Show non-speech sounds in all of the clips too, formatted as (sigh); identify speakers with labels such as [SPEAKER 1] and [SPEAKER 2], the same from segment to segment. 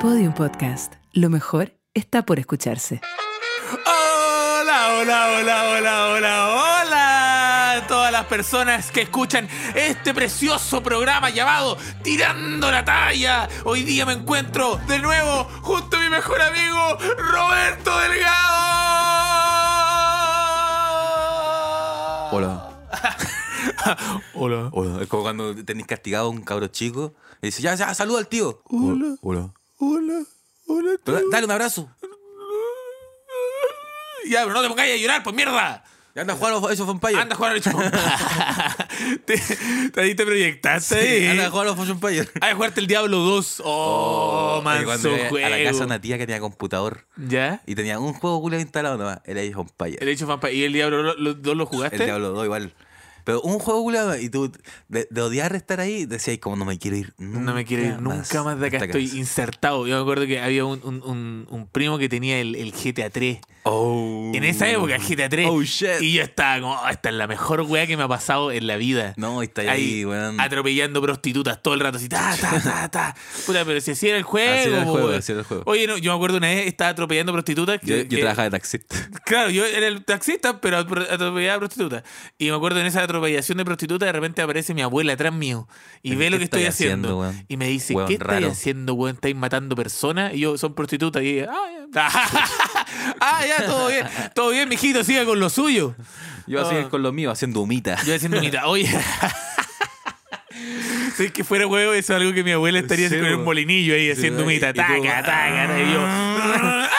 [SPEAKER 1] Podium Podcast. Lo mejor está por escucharse.
[SPEAKER 2] Hola, hola, hola, hola, hola, hola. a Todas las personas que escuchan este precioso programa llamado Tirando la Talla. Hoy día me encuentro de nuevo junto a mi mejor amigo Roberto Delgado.
[SPEAKER 3] Hola.
[SPEAKER 2] (laughs) Hola.
[SPEAKER 3] Hola. Es como cuando tenés castigado a un cabro chico y dices, ya, ya, saluda al tío. Hola. Hola.
[SPEAKER 2] Hola. Hola.
[SPEAKER 3] Pero dale un abrazo.
[SPEAKER 2] Ya, pero no te pongáis a llorar, pues mierda.
[SPEAKER 3] Y anda a jugar a esos vampires.
[SPEAKER 2] Anda a jugar al
[SPEAKER 3] (laughs)
[SPEAKER 2] (laughs) te, te, ahí te proyectaste. ahí.
[SPEAKER 3] Anda a jugar a
[SPEAKER 2] (laughs)
[SPEAKER 3] los vampires.
[SPEAKER 2] Ah, jugarte el Diablo 2. Oh,
[SPEAKER 3] Y cuando
[SPEAKER 2] manso
[SPEAKER 3] llegué
[SPEAKER 2] juego.
[SPEAKER 3] a la casa de una tía que tenía computador
[SPEAKER 2] ¿Ya?
[SPEAKER 3] y tenía un juego culiao instalado nomás, era Age of Empires.
[SPEAKER 2] El hecho Vampire. ¿Y el Diablo 2 lo, lo jugaste?
[SPEAKER 3] El Diablo 2 igual. Pero un juego culiao y tú de, de odiar estar ahí decías como no me quiero ir.
[SPEAKER 2] No me quiero ir nunca más de acá.
[SPEAKER 3] esta
[SPEAKER 2] Estoy
[SPEAKER 3] casa".
[SPEAKER 2] insertado. Yo me acuerdo que había un, un- un- un primo que tenía el, el GTA 3.
[SPEAKER 3] Oh.
[SPEAKER 2] En esa época, el GTA 3.
[SPEAKER 3] Oh, shit.
[SPEAKER 2] Y yo estaba como, "Oh, esta es la mejor weá que me ha pasado en la vida.
[SPEAKER 3] No, está ahí, weón.
[SPEAKER 2] atropellando prostitutas todo el rato así ta ta ta
[SPEAKER 3] (laughs)
[SPEAKER 2] ta puta pero si así era el juego,
[SPEAKER 3] Así era el
[SPEAKER 2] po,
[SPEAKER 3] juego,
[SPEAKER 2] weón.
[SPEAKER 3] así era el juego.
[SPEAKER 2] oye no, yo me acuerdo una vez estaba atropellando prostitutas que-
[SPEAKER 3] Yo, yo
[SPEAKER 2] que-
[SPEAKER 3] trabajaba de taxista. (laughs)
[SPEAKER 2] Claro, yo era el taxista, pero atro- atropellaba a prostituta. Y me acuerdo en esa atropellación de prostituta, de repente aparece mi abuela atrás mío y
[SPEAKER 3] Pero
[SPEAKER 2] ve
[SPEAKER 3] ¿qué
[SPEAKER 2] lo que estoy
[SPEAKER 3] estáis haciendo,
[SPEAKER 2] haciendo.
[SPEAKER 3] weón?
[SPEAKER 2] y me dice,
[SPEAKER 3] Weón
[SPEAKER 2] ¿qué estáis
[SPEAKER 3] raro".
[SPEAKER 2] haciendo, weón? ¿Estáis matando personas? Y yo, son prostitutas. Y ella, ah, ya. (laughs) ah, ya, todo bien. Todo bien, mijito, siga con lo suyo.
[SPEAKER 3] Yo así
[SPEAKER 2] Ah.
[SPEAKER 3] con lo mío, haciendo humita.
[SPEAKER 2] Yo haciendo mitad,
[SPEAKER 3] (laughs)
[SPEAKER 2] oye. (laughs) Si es que fuera huevo, eso es algo que mi abuela estaría
[SPEAKER 3] Sí,
[SPEAKER 2] así con
[SPEAKER 3] weón.
[SPEAKER 2] un molinillo ahí haciendo
[SPEAKER 3] weón.
[SPEAKER 2] humita.
[SPEAKER 3] Y tú,
[SPEAKER 2] Taca,
[SPEAKER 3] ah.
[SPEAKER 2] taca, y yo. (laughs)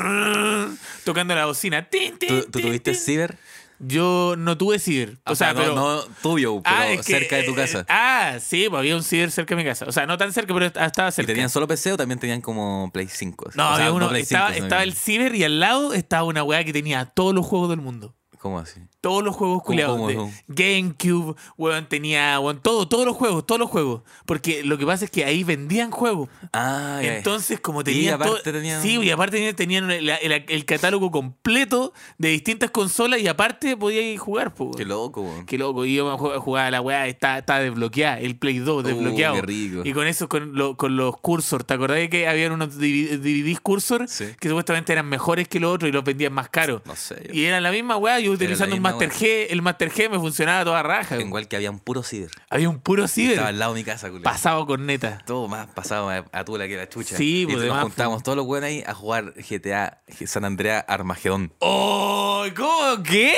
[SPEAKER 2] ah, Tocando la bocina. Tin, tin,
[SPEAKER 3] ¿Tú, tú
[SPEAKER 2] tin,
[SPEAKER 3] tuviste
[SPEAKER 2] tin.
[SPEAKER 3] ciber?
[SPEAKER 2] Yo no tuve ciber. O, sea,
[SPEAKER 3] no,
[SPEAKER 2] pero.
[SPEAKER 3] Ah, no tuyo, pero
[SPEAKER 2] Ah, es que-
[SPEAKER 3] cerca de tu casa.
[SPEAKER 2] Ah, sí, pues había un ciber cerca de mi casa. O sea, no tan cerca, pero ah, estaba
[SPEAKER 3] ¿Y
[SPEAKER 2] cerca.
[SPEAKER 3] tenían solo PC o también tenían como Play 5?
[SPEAKER 2] No,
[SPEAKER 3] O sea,
[SPEAKER 2] había uno.
[SPEAKER 3] Play
[SPEAKER 2] estaba
[SPEAKER 3] 5, sino
[SPEAKER 2] estaba
[SPEAKER 3] que-
[SPEAKER 2] el ciber y al lado estaba una weá que tenía todos los juegos del mundo.
[SPEAKER 3] ¿Cómo así?
[SPEAKER 2] Todos los juegos culiados.
[SPEAKER 3] cómo,
[SPEAKER 2] de
[SPEAKER 3] cómo?
[SPEAKER 2] GameCube, weón, tenía, weón, todo, todos los juegos, todos los juegos. Porque lo que pasa es que ahí vendían juegos.
[SPEAKER 3] Ah, ya, ya.
[SPEAKER 2] Entonces, como
[SPEAKER 3] Y
[SPEAKER 2] tenían todo-
[SPEAKER 3] aparte tenían-
[SPEAKER 2] Sí, y aparte tenían- tenían el, el- el catálogo completo de distintas consolas y aparte podía ir jugar, po, weón.
[SPEAKER 3] Qué loco, weón.
[SPEAKER 2] Qué loco, y yo me jugaba- jugaba la weá, está, está desbloqueada, el Play 2 desbloqueado.
[SPEAKER 3] Uh, qué rico.
[SPEAKER 2] Y con eso, con, lo- con los cursor, ¿te acordás de que habían unos DVD DVDs cursor
[SPEAKER 3] Sí.
[SPEAKER 2] que supuestamente eran mejores que los otros y los vendían más caros?
[SPEAKER 3] No sé. yo-
[SPEAKER 2] Y era la misma weá, yo utilizando un
[SPEAKER 3] misma
[SPEAKER 2] Master G, el Master G me funcionaba a toda raja.
[SPEAKER 3] en Igual que había un puro ciber.
[SPEAKER 2] Había un puro
[SPEAKER 3] Estaba
[SPEAKER 2] ciber
[SPEAKER 3] al lado de mi casa, culiao.
[SPEAKER 2] pasado con neta.
[SPEAKER 3] Todo más pasado a, a tu la que la chucha.
[SPEAKER 2] Sí,
[SPEAKER 3] y
[SPEAKER 2] pues,
[SPEAKER 3] nos
[SPEAKER 2] además,
[SPEAKER 3] juntábamos todos los buenos ahí a jugar GTA San Andrea Armagedón.
[SPEAKER 2] ¡Oh! ¿Cómo? ¿Qué?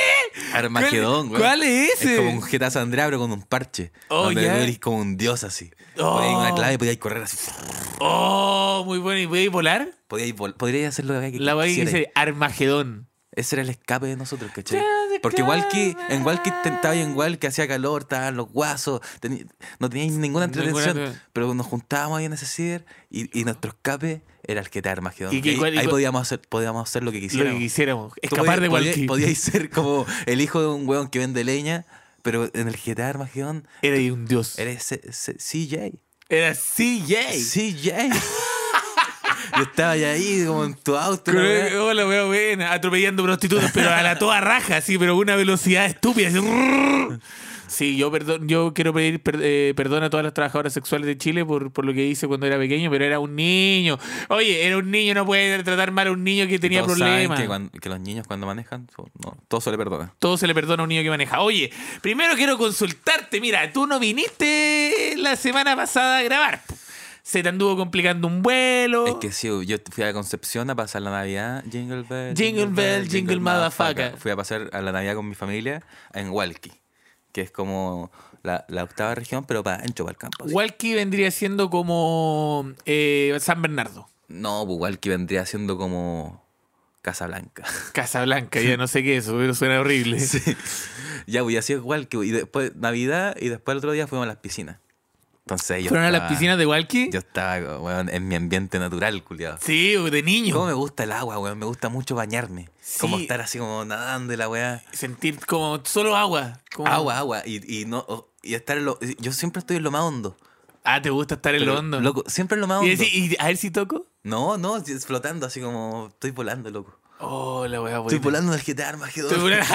[SPEAKER 2] ¿Cuál,
[SPEAKER 3] Armagedón, güey.
[SPEAKER 2] ¿Cuál es ese?
[SPEAKER 3] Es como un GTA San Andrea, pero con un parche.
[SPEAKER 2] Oh,
[SPEAKER 3] donde
[SPEAKER 2] ya.
[SPEAKER 3] tú eres como un dios así.
[SPEAKER 2] Oh.
[SPEAKER 3] Podías ir con una clave y podías correr así.
[SPEAKER 2] ¡Oh! Muy bueno. ¿Y podéis volar?
[SPEAKER 3] Podías ir vol- podrías hacer lo que
[SPEAKER 2] La weá que
[SPEAKER 3] quisieras.
[SPEAKER 2] dice Armagedón.
[SPEAKER 3] Ese era el escape de nosotros, ¿cachai?
[SPEAKER 2] Claro,
[SPEAKER 3] Porque igual que
[SPEAKER 2] claro.
[SPEAKER 3] en igual que estaba en igual que hacía calor, estaban los guasos, teni- no teníais
[SPEAKER 2] Ninguna
[SPEAKER 3] ninguna entretención.
[SPEAKER 2] entre-
[SPEAKER 3] Pero nos juntábamos ahí en ese ciber y, y nuestro escape era el que te Armagedón.
[SPEAKER 2] ¿Y qué-
[SPEAKER 3] Y ahí,
[SPEAKER 2] cuál- y
[SPEAKER 3] ahí
[SPEAKER 2] cuál-
[SPEAKER 3] podíamos hacer, podíamos hacer lo que
[SPEAKER 2] Lo que
[SPEAKER 3] quisiéramos.
[SPEAKER 2] quisiéramos.
[SPEAKER 3] Tú
[SPEAKER 2] Escapar
[SPEAKER 3] podías-
[SPEAKER 2] de
[SPEAKER 3] podías-
[SPEAKER 2] cualquier...
[SPEAKER 3] Podíais ser como el hijo de un weón que vende leña, pero en el GTA Armagedón
[SPEAKER 2] Era de un dios.
[SPEAKER 3] eres C- C- CJ.
[SPEAKER 2] Era CJ.
[SPEAKER 3] CJ.
[SPEAKER 2] (laughs)
[SPEAKER 3] Yo estaba ya ahí como en tu auto.
[SPEAKER 2] Creo-
[SPEAKER 3] la weá.
[SPEAKER 2] Hola, weón, oh, buena. Atropellando prostitutas, pero a la toda raja, sí, pero a una velocidad estúpida. así, rrrr. Sí, yo perdón, yo quiero pedir per- eh, perdón a todas las trabajadoras sexuales de Chile por, por lo que hice cuando era pequeño, pero era un niño. Oye, era un niño, no puede tratar mal a un niño que tenía
[SPEAKER 3] Todos saben
[SPEAKER 2] problemas.
[SPEAKER 3] Que, cuan- que los niños cuando manejan, son- no, todo se le perdona.
[SPEAKER 2] Todo se le perdona a un niño que maneja. Oye, primero quiero consultarte. Mira, tú no viniste la semana pasada a grabar. Se te anduvo complicando un vuelo.
[SPEAKER 3] Es que sí, yo fui a Concepción a pasar la Navidad. Jingle bell.
[SPEAKER 2] Jingle bell, jingle motherfucker.
[SPEAKER 3] Fui a pasar a la Navidad con mi familia en Hualqui, que es como la, la octava región, pero para ancho, para el campo. así.
[SPEAKER 2] Walkie vendría siendo como eh, San Bernardo.
[SPEAKER 3] No, pues Hualqui vendría siendo como Casablanca. (laughs)
[SPEAKER 2] Casablanca, ya no sé qué es eso, pero suena horrible.
[SPEAKER 3] ya, pues y así es Hualqui. Y después Navidad y después el otro día fuimos a las piscinas. Entonces yo
[SPEAKER 2] ¿Fueron a las
[SPEAKER 3] estaba-
[SPEAKER 2] piscinas de Walkie?
[SPEAKER 3] Yo estaba, weón, en mi ambiente natural, culiado.
[SPEAKER 2] Sí, de niño.
[SPEAKER 3] ¿Cómo me gusta el agua, weón? Me gusta mucho bañarme.
[SPEAKER 2] Sí.
[SPEAKER 3] Como estar así como nadando y la weá.
[SPEAKER 2] Sentir como solo agua. como-
[SPEAKER 3] Agua, agua. Y, y no, oh, y estar en lo, yo siempre estoy en lo más hondo.
[SPEAKER 2] Ah, ¿te gusta estar en
[SPEAKER 3] Pero,
[SPEAKER 2] lo hondo?
[SPEAKER 3] Loco, siempre en lo más
[SPEAKER 2] Y,
[SPEAKER 3] hondo.
[SPEAKER 2] decir, y a ver si toco.
[SPEAKER 3] No, no, es flotando así como estoy volando, loco.
[SPEAKER 2] Oh, la weá,
[SPEAKER 3] Estoy
[SPEAKER 2] buena.
[SPEAKER 3] volando en el GTA Armagedón.
[SPEAKER 2] Estoy volando.
[SPEAKER 3] (laughs)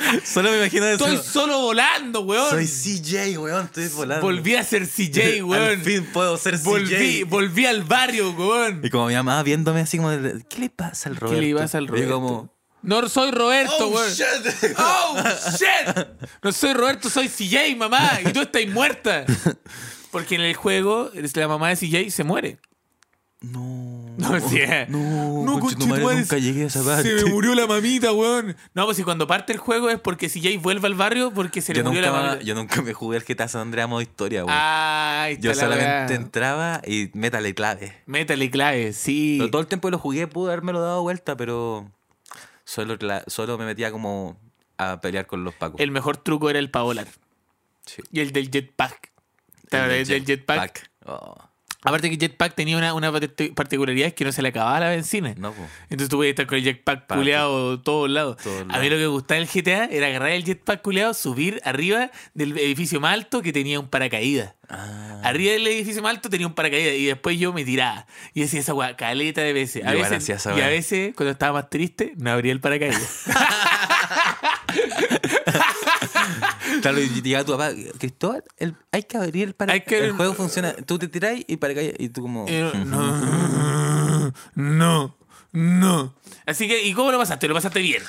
[SPEAKER 2] (laughs)
[SPEAKER 3] Solo me imagino eso.
[SPEAKER 2] Estoy solo volando, weón.
[SPEAKER 3] Soy CJ, weón. Estoy volando.
[SPEAKER 2] Volví a ser CJ,
[SPEAKER 3] (laughs) Al
[SPEAKER 2] weón.
[SPEAKER 3] fin puedo ser
[SPEAKER 2] Volví,
[SPEAKER 3] CJ.
[SPEAKER 2] volví al barrio, weón.
[SPEAKER 3] Y como mi mamá viéndome así como, de- ¿qué le pasa al Roberto?
[SPEAKER 2] ¿Qué le ibas al
[SPEAKER 3] Y
[SPEAKER 2] Roberto?
[SPEAKER 3] como,
[SPEAKER 2] No soy Roberto,
[SPEAKER 3] oh,
[SPEAKER 2] weón.
[SPEAKER 3] shit.
[SPEAKER 2] ¡Oh, shit! No soy Roberto, soy CJ, mamá. Y tú estás muerta. Porque en el juego, es la mamá de CJ se muere.
[SPEAKER 3] No.
[SPEAKER 2] No, sí.
[SPEAKER 3] No,
[SPEAKER 2] no
[SPEAKER 3] conchetumare,
[SPEAKER 2] conchetumare,
[SPEAKER 3] nunca llegué a esa parte. (laughs)
[SPEAKER 2] Se me murió la mamita, weón. No, pues si cuando parte el juego es porque CJ vuelve al barrio porque se le
[SPEAKER 3] yo,
[SPEAKER 2] murió la
[SPEAKER 3] nunca,
[SPEAKER 2] mamita.
[SPEAKER 3] yo nunca me jugué al GTA San Andreas modo historia, weón.
[SPEAKER 2] Ah, ahí está
[SPEAKER 3] yo
[SPEAKER 2] la
[SPEAKER 3] solamente
[SPEAKER 2] weá.
[SPEAKER 3] entraba y métale clave.
[SPEAKER 2] Métale clave, sí.
[SPEAKER 3] Pero todo el tiempo que lo jugué pude haberme lo dado vuelta, pero solo, cla- solo me metía como a pelear con los pacos.
[SPEAKER 2] El mejor truco era el paolar.
[SPEAKER 3] Sí.
[SPEAKER 2] Y el del jetpack. ¿Te
[SPEAKER 3] El
[SPEAKER 2] acordás del jetpack?
[SPEAKER 3] pack. Oh,
[SPEAKER 2] Aparte que el jetpack tenía una, una parte- particularidad es que no se le acababa la benzina.
[SPEAKER 3] no, po.
[SPEAKER 2] Entonces tú podías estar con el jetpack
[SPEAKER 3] Pato.
[SPEAKER 2] culeado todos lados.
[SPEAKER 3] Todos
[SPEAKER 2] A mí
[SPEAKER 3] lados.
[SPEAKER 2] lo que me gustaba del GTA era agarrar el jetpack culeado, subir arriba del edificio más alto que tenía un paracaídas.
[SPEAKER 3] Ah.
[SPEAKER 2] Arriba del edificio más alto tenía un paracaídas y después yo me tiraba. Y decía esa guacaleta caleta de veces. A
[SPEAKER 3] Yo igual
[SPEAKER 2] veces
[SPEAKER 3] hacía esa
[SPEAKER 2] y a
[SPEAKER 3] weá.
[SPEAKER 2] veces, cuando estaba más triste, no abría el
[SPEAKER 3] (laughs)
[SPEAKER 2] paracaídas.
[SPEAKER 3] Claro, y llegaba tu papá, Cristóbal, el- hay que abrir el
[SPEAKER 2] Hay
[SPEAKER 3] paracaídas.
[SPEAKER 2] que- Eh,
[SPEAKER 3] El juego funciona. Tú te tirás y paracaídas. Y tú como.
[SPEAKER 2] Y yo, no, no, no. Así que, ¿y cómo lo pasaste? ¿Lo pasaste bien?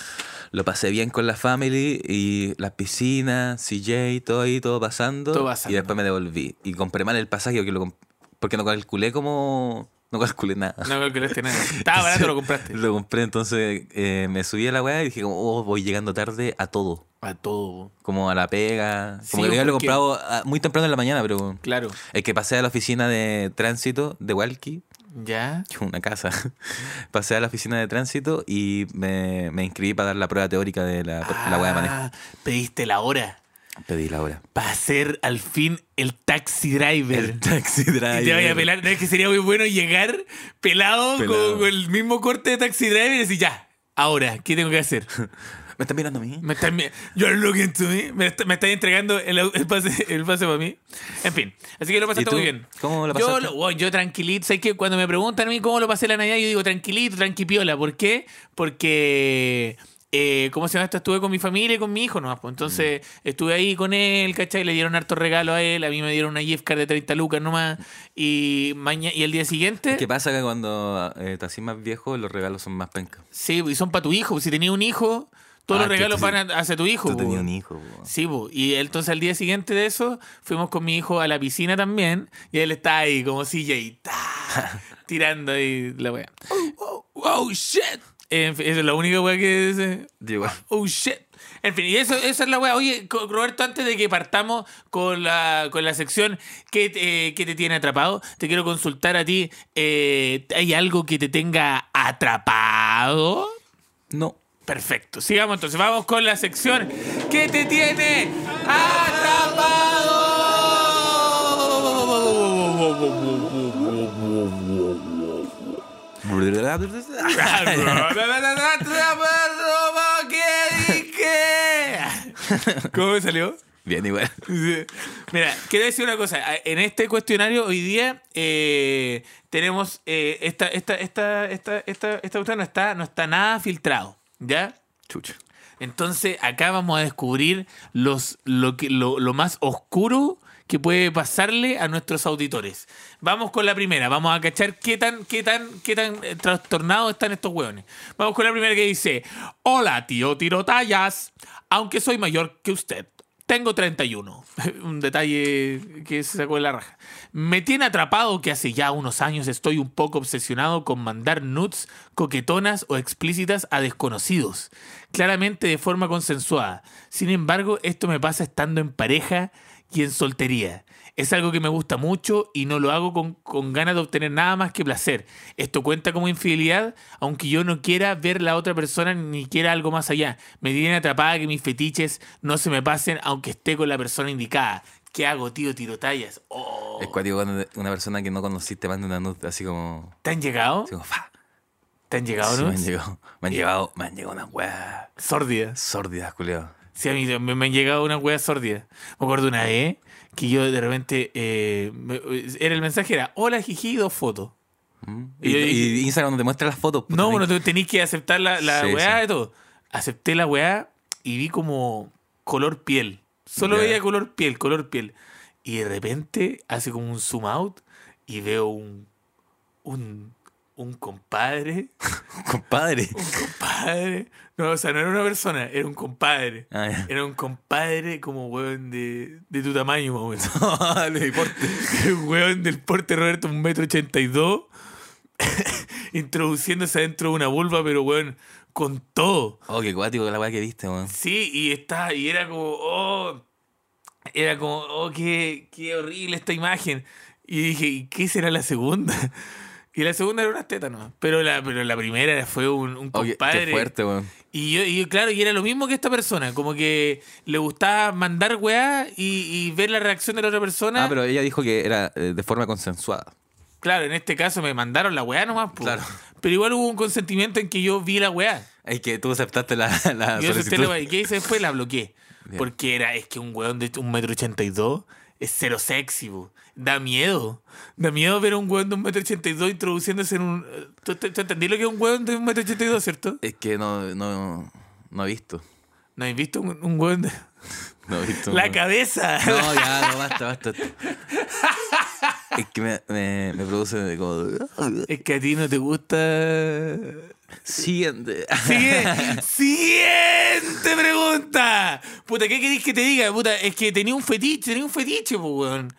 [SPEAKER 3] Lo pasé bien con la family y las piscinas, CJ, todo ahí, todo pasando.
[SPEAKER 2] Todo pasando.
[SPEAKER 3] Y después me devolví. Y compré mal el pasaje porque, lo comp- porque no calculé como... No calculé nada.
[SPEAKER 2] No calculaste nada. Estaba barato, lo compraste.
[SPEAKER 3] (laughs) Lo compré, entonces eh, me subí a la weá y dije como, oh, voy llegando tarde a todo.
[SPEAKER 2] A todo.
[SPEAKER 3] Como a la pega.
[SPEAKER 2] Sí,
[SPEAKER 3] Como que había lo
[SPEAKER 2] porque-
[SPEAKER 3] comprado ah, muy temprano en la mañana, pero...
[SPEAKER 2] Claro.
[SPEAKER 3] Es que pasé a la oficina de tránsito de Walkie,
[SPEAKER 2] Ya.
[SPEAKER 3] que es (laughs) una casa. (laughs) pasé a la oficina de tránsito y me, me inscribí para dar la prueba teórica de la, la weá de manejo.
[SPEAKER 2] Ah, Pediste la hora
[SPEAKER 3] Pedí la hora.
[SPEAKER 2] para ser al fin el taxi driver. (laughs)
[SPEAKER 3] El taxi driver.
[SPEAKER 2] Y te vaya a pelar. ¿No es que sería muy bueno llegar pelado,
[SPEAKER 3] Pelado.
[SPEAKER 2] Con, con el mismo corte de taxi driver y decir, ya, ahora, ¿qué tengo que hacer?
[SPEAKER 3] ¿Me están mirando a mí?
[SPEAKER 2] Me estás, you're looking to me. Me, está- me estás entregando el, au- el pase, el pase para mí. En fin, así que lo
[SPEAKER 3] ¿Y
[SPEAKER 2] pasaste
[SPEAKER 3] tú?
[SPEAKER 2] muy bien.
[SPEAKER 3] ¿Cómo lo
[SPEAKER 2] Yo,
[SPEAKER 3] pasaste?
[SPEAKER 2] lo- bueno, yo tranquilito. ¿Sabes que Cuando me preguntan a mí cómo lo pasé la Navidad, yo digo tranquilito, tranquipiola. ¿Por qué? Porque. Eh, ¿Cómo se llama esto? Estuve con mi familia y con mi hijo nomás. pues. Entonces
[SPEAKER 3] Mm.
[SPEAKER 2] estuve ahí con él, ¿cachai? Le dieron harto regalo a él. A mí me dieron una gift card de 30 lucas nomás. Y, mañana y el día siguiente.
[SPEAKER 3] ¿Qué pasa que cuando eh, te haces más viejo los regalos son más pencas?
[SPEAKER 2] Sí, pues, y son para tu hijo. Si tenías un hijo, todos
[SPEAKER 3] Ah,
[SPEAKER 2] los
[SPEAKER 3] que
[SPEAKER 2] regalos
[SPEAKER 3] tú-
[SPEAKER 2] van a- hacia tu hijo.
[SPEAKER 3] Tú
[SPEAKER 2] pues.
[SPEAKER 3] tenías un hijo. po.
[SPEAKER 2] Sí, po. y él, entonces al día siguiente de eso fuimos con mi hijo a la piscina también y él está ahí como CJ, ta, (laughs) tirando ahí la wea. Oh, oh, oh, shit. En fin, esa es la única wea que dice.
[SPEAKER 3] Digo,
[SPEAKER 2] Oh, shit. En fin, y eso, esa es la wea. Oye, co- Roberto, antes de que partamos con la, con la sección que te, que te tiene atrapado, te quiero consultar a ti. eh, ¿Hay algo que te tenga atrapado?
[SPEAKER 3] (laughs) no.
[SPEAKER 2] Perfecto, sigamos entonces, vamos con la sección que te tiene atrapado. ¿Qué dije? ¿Cómo me salió?
[SPEAKER 3] Bien, igual.
[SPEAKER 2] Sí. Mira, quiero decir una cosa. En este cuestionario hoy día eh, tenemos eh, esta, esta, esta, esta, esta, esta cuestión no está, no está nada filtrado, ¿ya?
[SPEAKER 3] Chucha.
[SPEAKER 2] Entonces acá vamos a descubrir los, lo, que, lo, lo más oscuro que puede pasarle a nuestros auditores. Vamos con la primera, vamos a cachar qué tan, qué tan, qué tan eh, trastornados están estos hueones. Vamos con la primera que dice, hola tío Tirotallas, aunque soy mayor que usted. Tengo 31. (laughs) Un detalle que se sacó de la raja. Me tiene atrapado que hace ya unos años estoy un poco obsesionado con mandar nudes coquetonas o explícitas a desconocidos, claramente de forma consensuada. Sin embargo, esto me pasa estando en pareja y en soltería. Es algo que me gusta mucho y no lo hago con, con ganas de obtener nada más que placer. Esto cuenta como infidelidad, aunque yo no quiera ver la otra persona ni quiera algo más allá. Me tienen atrapada que mis fetiches no se me pasen aunque esté con la persona indicada. ¿Qué hago, tío? Tiro tallas. Oh.
[SPEAKER 3] Es cuático cuando una persona que no conociste manda una nota así como.
[SPEAKER 2] ¿Te han llegado?
[SPEAKER 3] Así como fa.
[SPEAKER 2] ¿Te han llegado,
[SPEAKER 3] Sí,
[SPEAKER 2] no?
[SPEAKER 3] me han llegado. Me han llegado, me han llegado unas weas
[SPEAKER 2] Sordidas.
[SPEAKER 3] sórdidas, culiao.
[SPEAKER 2] Sí, a mí me, me han llegado unas weas sordidas. Me acuerdo una vez que yo de repente... eh, me- era el mensaje era, hola, jiji, dos fotos.
[SPEAKER 3] ¿Mm?
[SPEAKER 2] Y-
[SPEAKER 3] Y,
[SPEAKER 2] y-
[SPEAKER 3] y Instagram no te muestra las fotos. pues, puta,
[SPEAKER 2] No,
[SPEAKER 3] tenés-
[SPEAKER 2] bueno, tú tenés que aceptar la, la
[SPEAKER 3] Sí,
[SPEAKER 2] weá
[SPEAKER 3] sí.
[SPEAKER 2] de todo. Acepté la weá y vi como color piel. Solo
[SPEAKER 3] Ya.
[SPEAKER 2] veía color piel, color piel. Y de repente hace como un zoom out y veo un, un, un compadre.
[SPEAKER 3] (laughs) Compadre.
[SPEAKER 2] Un compadre. No, o sea, no era una persona, era un compadre.
[SPEAKER 3] Ah, ya. (laughs)
[SPEAKER 2] Era un compadre como weón de, de tu tamaño, más o menos.
[SPEAKER 3] Le di porte.
[SPEAKER 2] Un (laughs) weón del porte Roberto, un metro ochenta y dos, (laughs) introduciéndose adentro de una vulva, pero weón, con todo.
[SPEAKER 3] Oh, qué cuático la weá que viste, weón.
[SPEAKER 2] Sí, y está, y era como, oh, era como, oh, qué, qué horrible esta imagen. Y dije, ¿y qué será la segunda? (laughs) Y la segunda era unas tetas, ¿no? Pero la, pero la primera fue un, un
[SPEAKER 3] Oh, qué-
[SPEAKER 2] compadre.
[SPEAKER 3] qué fuerte, weón.
[SPEAKER 2] Y yo, y yo, claro, y era lo mismo que esta persona, como que le gustaba mandar weá y, y ver la reacción de la otra persona.
[SPEAKER 3] Ah, pero ella dijo que era eh, de forma consensuada.
[SPEAKER 2] Claro, en este caso me mandaron la weá nomás, po.
[SPEAKER 3] Claro.
[SPEAKER 2] Pero igual hubo un consentimiento en que yo vi la weá.
[SPEAKER 3] Es que tú aceptaste la, (laughs) la
[SPEAKER 2] Y yo acepté
[SPEAKER 3] solicitud.
[SPEAKER 2] la weá. ¿Y qué hice después? La bloqueé.
[SPEAKER 3] Bien.
[SPEAKER 2] Porque era, es que un weón de un metro ochenta y dos es cero sexy, po. Da miedo. Da miedo ver a un weón de un metro ochenta y dos introduciéndose en un. eh, ¿Tú, tú- tú entendí lo que es un weón de un metro ochenta y dos, cierto?
[SPEAKER 3] Es que no, no, no he visto.
[SPEAKER 2] ¿No has visto un, un weón de.
[SPEAKER 3] No he visto.
[SPEAKER 2] La
[SPEAKER 3] weón.
[SPEAKER 2] cabeza!
[SPEAKER 3] No, ya, no, basta, basta. Es que me, me, me produce como.
[SPEAKER 2] (laughs) Es que a ti no te gusta.
[SPEAKER 3] Siguiente.
[SPEAKER 2] Sigue- siguiente pregunta. Puta, ¿qué querés que te diga? Puta, es que tenía un fetiche, tenía un fetiche, pues, weón.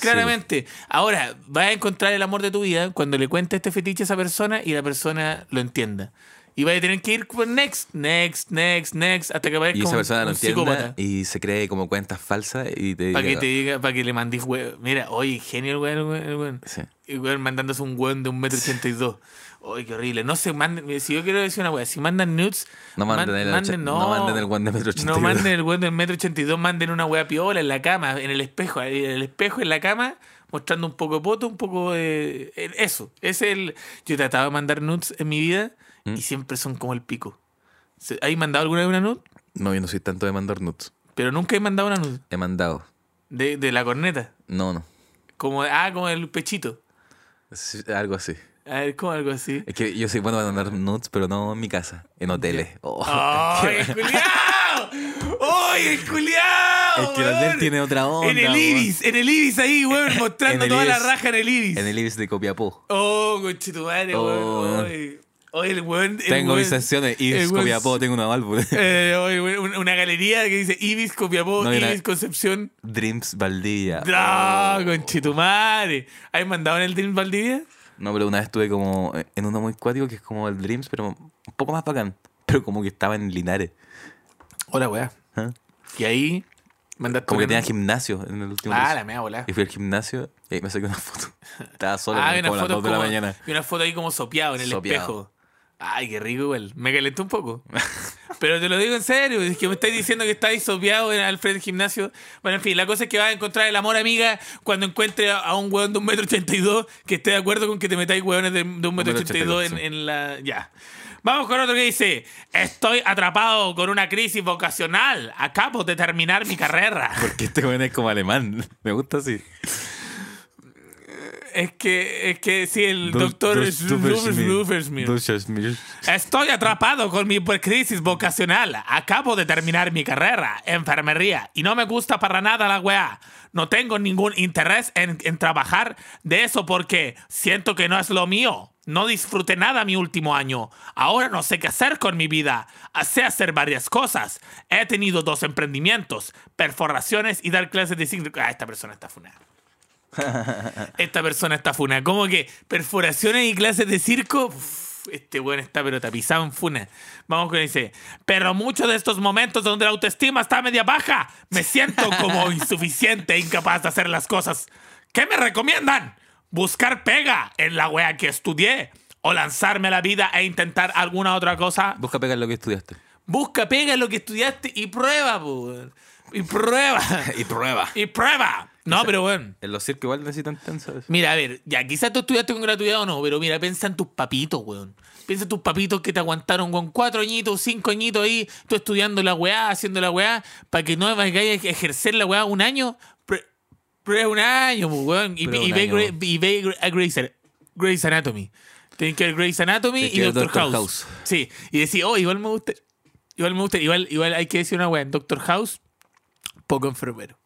[SPEAKER 2] Claramente. Ahora, vas a encontrar el amor de tu vida cuando le cuentes este fetiche a esa persona y la persona lo entienda. Y vas a tener que ir con next, next, next, next, hasta que aparezca
[SPEAKER 3] (laughs) Y esa
[SPEAKER 2] un,
[SPEAKER 3] persona no
[SPEAKER 2] un
[SPEAKER 3] entiende
[SPEAKER 2] psicópata.
[SPEAKER 3] y se cree como cuentas falsas y te
[SPEAKER 2] Para que
[SPEAKER 3] diga-
[SPEAKER 2] te diga, para que le mandís, weón. Mira, oye, genio el weón, el weón, el weón.
[SPEAKER 3] Sí.
[SPEAKER 2] Y weón, mandándose un weón de un metro ochenta y dos. Ay, qué horrible. No se manden. eh, Si yo quiero decir una weá, si mandan nudes.
[SPEAKER 3] No
[SPEAKER 2] man-
[SPEAKER 3] manden, el, ocha- no. manden el guan de metro
[SPEAKER 2] No
[SPEAKER 3] 82.
[SPEAKER 2] manden el weón del metro ochenta y dos, manden una weá piola en la cama, en el espejo. ahí, En el espejo, en la cama, mostrando un poco de poto, un poco de. en- Eso. Ese Es el. Yo he tratado de mandar nudes en mi vida
[SPEAKER 3] ¿Mm?
[SPEAKER 2] y siempre son como el pico. Se- ¿Hay mandado alguna vez una nude?
[SPEAKER 3] No, yo no soy tanto de mandar nudes.
[SPEAKER 2] Pero nunca he mandado una nude.
[SPEAKER 3] He mandado.
[SPEAKER 2] De, de la corneta.
[SPEAKER 3] No, no.
[SPEAKER 2] Como, ah, como el pechito.
[SPEAKER 3] Sí, Algo así.
[SPEAKER 2] A ver, como algo así.
[SPEAKER 3] Es que yo soy bueno para mandar nudes, pero no en mi casa, en hoteles. Oh.
[SPEAKER 2] Ah, ¡Ay,
[SPEAKER 3] (laughs)
[SPEAKER 2] el culiao! ¡Ay, el culiao!
[SPEAKER 3] es que el hotel
[SPEAKER 2] weón!
[SPEAKER 3] tiene otra onda.
[SPEAKER 2] En el
[SPEAKER 3] weón.
[SPEAKER 2] Ibis, en el Ibis ahí, weón,
[SPEAKER 3] (laughs) En
[SPEAKER 2] mostrando
[SPEAKER 3] el
[SPEAKER 2] toda la
[SPEAKER 3] Ibis.
[SPEAKER 2] raja en el Ibis.
[SPEAKER 3] En el Ibis de Copiapó.
[SPEAKER 2] Oh, conchetumare,
[SPEAKER 3] Oh,
[SPEAKER 2] weón.
[SPEAKER 3] weón.
[SPEAKER 2] Ay, Ay, el weón. el
[SPEAKER 3] Tengo
[SPEAKER 2] weón-
[SPEAKER 3] mis sesiones. Ibis
[SPEAKER 2] el weón-
[SPEAKER 3] Copiapó, tengo una válvula.
[SPEAKER 2] (laughs) Eh, ay, weón, una- una galería que dice Ibis, Copiapó,
[SPEAKER 3] No, y una-
[SPEAKER 2] Ibis, Concepción.
[SPEAKER 3] Dreams Valdivia. oh.
[SPEAKER 2] ¡Ah, conchetumare! ¿Has mandado en el Dream Valdivia?
[SPEAKER 3] No, pero una vez estuve como en uno muy cuático que es como el Dreams, pero un poco más bacán. Pero como que estaba en Linares.
[SPEAKER 2] Hola, weá.
[SPEAKER 3] ¿eh?
[SPEAKER 2] Y ahí mandaste.
[SPEAKER 3] Como que
[SPEAKER 2] una-
[SPEAKER 3] tenía gimnasio en el último
[SPEAKER 2] Ah,
[SPEAKER 3] curso.
[SPEAKER 2] la mea volá.
[SPEAKER 3] Y fui al gimnasio y ahí me saqué una foto.
[SPEAKER 2] (laughs)
[SPEAKER 3] Estaba solo
[SPEAKER 2] Ah,
[SPEAKER 3] como
[SPEAKER 2] hay una
[SPEAKER 3] a las
[SPEAKER 2] foto
[SPEAKER 3] 2 de la
[SPEAKER 2] como-
[SPEAKER 3] mañana.
[SPEAKER 2] Y una foto ahí como sopeado en el
[SPEAKER 3] Sopeado.
[SPEAKER 2] espejo. Ay, qué rico igual. Me calentó un poco. (laughs) Pero te lo digo en serio, es que me estáis diciendo que estáis sopeado en Alfred Gimnasio. Bueno, en fin, la cosa es que vas a encontrar el amor, amiga, cuando encuentres a- a un hueón de un metro ochenta y dos que esté de acuerdo con que te metáis hueones de, de un metro ochenta y dos en,
[SPEAKER 3] sí.
[SPEAKER 2] en la. Ya. Vamos con otro que dice: Estoy atrapado con una crisis vocacional. Acabo de terminar mi
[SPEAKER 3] (laughs)
[SPEAKER 2] carrera.
[SPEAKER 3] Porque este joven es como alemán. (laughs) Me gusta así.
[SPEAKER 2] Es que, es que sí, el doctor
[SPEAKER 3] Dos- dos Dupersmith.
[SPEAKER 2] Rufersmith.
[SPEAKER 3] Dos Schmidt.
[SPEAKER 2] Estoy atrapado con mi crisis vocacional. Acabo de terminar mi carrera, enfermería, y no me gusta para nada la weá. No tengo ningún interés en, en trabajar de eso porque siento que no es lo mío. No disfruté nada mi último año. Ahora no sé qué hacer con mi vida. Sé hacer varias cosas. He tenido dos emprendimientos, perforaciones y dar clases de signo. Ah, esta persona está funada. Esta persona está funa. ¿Cómo que perforaciones y clases de circo? Uf, este weón está pero tapizado en funa. Vamos con dice. Pero muchos de estos momentos donde la autoestima está media baja, me siento como insuficiente e incapaz de hacer las cosas. ¿Qué me recomiendan? ¿Buscar pega en la wea que estudié? ¿O lanzarme a la vida e intentar alguna otra cosa?
[SPEAKER 3] Busca pegar lo que estudiaste.
[SPEAKER 2] Busca pega en lo que estudiaste y prueba, po, weón. Y prueba.
[SPEAKER 3] (laughs) Y prueba.
[SPEAKER 2] y prueba. No, pero bueno.
[SPEAKER 3] En los circos igual necesitan tensas.
[SPEAKER 2] Mira, a ver, ya quizás tú estudiaste con gratuidad o no, pero mira, piensa en tus papitos, weón. Piensa en tus papitos que te aguantaron con cuatro añitos, cinco añitos ahí, tú estudiando la weá, haciendo la weá, para que no vayas a ejercer la weá un año. Pre- Pero es un año, pues, weón. Y,
[SPEAKER 3] Pero
[SPEAKER 2] y
[SPEAKER 3] un
[SPEAKER 2] ve,
[SPEAKER 3] año.
[SPEAKER 2] Gre- y ve Gre- a Grey's, Ana- Grey's Anatomy. Tienes que ver Grey's Anatomy
[SPEAKER 3] Tenés
[SPEAKER 2] y
[SPEAKER 3] que ver
[SPEAKER 2] Doctor,
[SPEAKER 3] Doctor
[SPEAKER 2] House.
[SPEAKER 3] House.
[SPEAKER 2] Sí, y decir, oh, igual me gusta. Igual me gusta, igual, igual hay que decir una weá, en Doctor House, poco enfermero.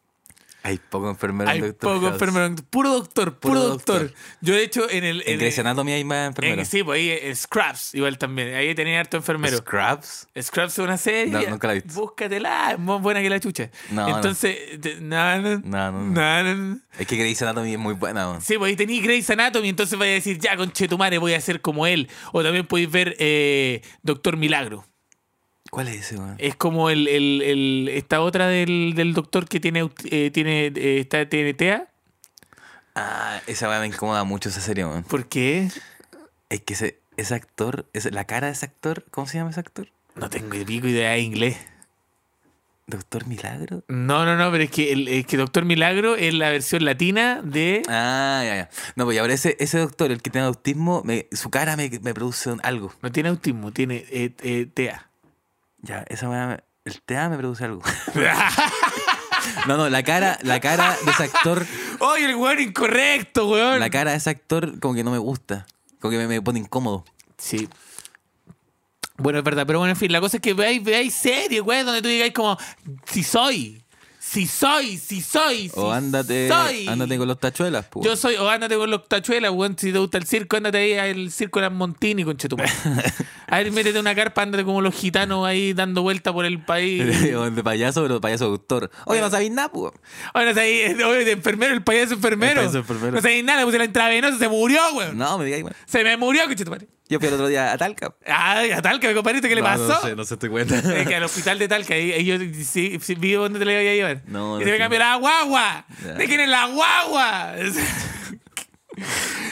[SPEAKER 3] Hay poco enfermero en
[SPEAKER 2] Hay
[SPEAKER 3] Doctor
[SPEAKER 2] poco
[SPEAKER 3] House.
[SPEAKER 2] enfermero, en- puro doctor, puro,
[SPEAKER 3] Puro
[SPEAKER 2] doctor.
[SPEAKER 3] doctor.
[SPEAKER 2] Yo de hecho en el...
[SPEAKER 3] En Grey's Anatomy hay más
[SPEAKER 2] en-
[SPEAKER 3] enfermeros.
[SPEAKER 2] sí, pues ahí eh, Scraps, igual también. Ahí tenía harto enfermero.
[SPEAKER 3] Scraps.
[SPEAKER 2] Scraps es una serie.
[SPEAKER 3] No, nunca la he visto.
[SPEAKER 2] Búscatela, es más buena que la chucha.
[SPEAKER 3] No, no.
[SPEAKER 2] Entonces, te- na, na,
[SPEAKER 3] No, no, no.
[SPEAKER 2] na, na, na.
[SPEAKER 3] Es que Grey's Anatomy es muy buena. weón.
[SPEAKER 2] Sí, pues ahí tenéis Grey's Anatomy, entonces vais a decir, ya, conchetumare, voy a ser como él. O también podéis ver eh, Doctor Milagro.
[SPEAKER 3] ¿Cuál es ese, weón?
[SPEAKER 2] Es como el, el- el- esta otra del, del doctor que tiene, aut- eh, tiene, eh, está, tiene TEA.
[SPEAKER 3] Ah, esa weá me incomoda mucho esa serie, weón.
[SPEAKER 2] ¿Por qué?
[SPEAKER 3] Es que ese, ese actor, ese- la cara de ese actor, ¿cómo se llama ese actor?
[SPEAKER 2] No tengo ni pico idea de inglés.
[SPEAKER 3] ¿Doctor Milagro?
[SPEAKER 2] No, no, no, pero es que, el, es que Doctor Milagro es la versión latina de...
[SPEAKER 3] Ah, ya, ya. No, pues ahora ese, ese doctor, el que tiene autismo, me- su cara me, me produce un- algo.
[SPEAKER 2] No tiene autismo, tiene eh, eh, TEA.
[SPEAKER 3] Ya, esa weá, me- el TEA me
[SPEAKER 2] (laughs)
[SPEAKER 3] produce algo. No, no, la cara, la cara de ese actor,
[SPEAKER 2] ¡Oye, el weón incorrecto, weón!
[SPEAKER 3] la cara de ese actor como que no me gusta. Como que me, me pone incómodo.
[SPEAKER 2] Sí. Bueno, es verdad, pero bueno, en fin, la cosa es que veáis, veáis series, güey, donde tú digáis como, si soy, si soy, si soy, si
[SPEAKER 3] O ándate,
[SPEAKER 2] soy.
[SPEAKER 3] ándate con los tachuelas, pues. (laughs)
[SPEAKER 2] Yo soy, o ándate con los tachuelas, weón, si te gusta el circo, ándate ahí al circo de las Montini, conchetumare.
[SPEAKER 3] (laughs)
[SPEAKER 2] A ver, métete una carpa, ándate como los gitanos ahí dando vuelta por el
[SPEAKER 3] (laughs)
[SPEAKER 2] país.
[SPEAKER 3] O de payaso, pero payaso doctor. Oye, no sabéis nada, pues.
[SPEAKER 2] Ahora está ahí, eh, oye, de enfermero, el payaso enfermero.
[SPEAKER 3] El payaso enfermero.
[SPEAKER 2] No sé nada, le puse la intravenosa, se murió, weón.
[SPEAKER 3] No, me digáis, weón.
[SPEAKER 2] Se me murió, conchetumare.
[SPEAKER 3] Yo fui el otro día a Talca.
[SPEAKER 2] Ay, Ah, a tal que me compadre, ¿qué le
[SPEAKER 3] No,
[SPEAKER 2] pasó?
[SPEAKER 3] No sé, no sé, te
[SPEAKER 2] (laughs)
[SPEAKER 3] cuenta.
[SPEAKER 2] Es que al hospital de Talca, ahí, ahí yo sí, sí, vi dónde te la iba a llevar.
[SPEAKER 3] No,
[SPEAKER 2] y
[SPEAKER 3] no
[SPEAKER 2] se me
[SPEAKER 3] sé.
[SPEAKER 2] cambió la guagua.
[SPEAKER 3] Ya.
[SPEAKER 2] ¿De quién es la guagua? (laughs)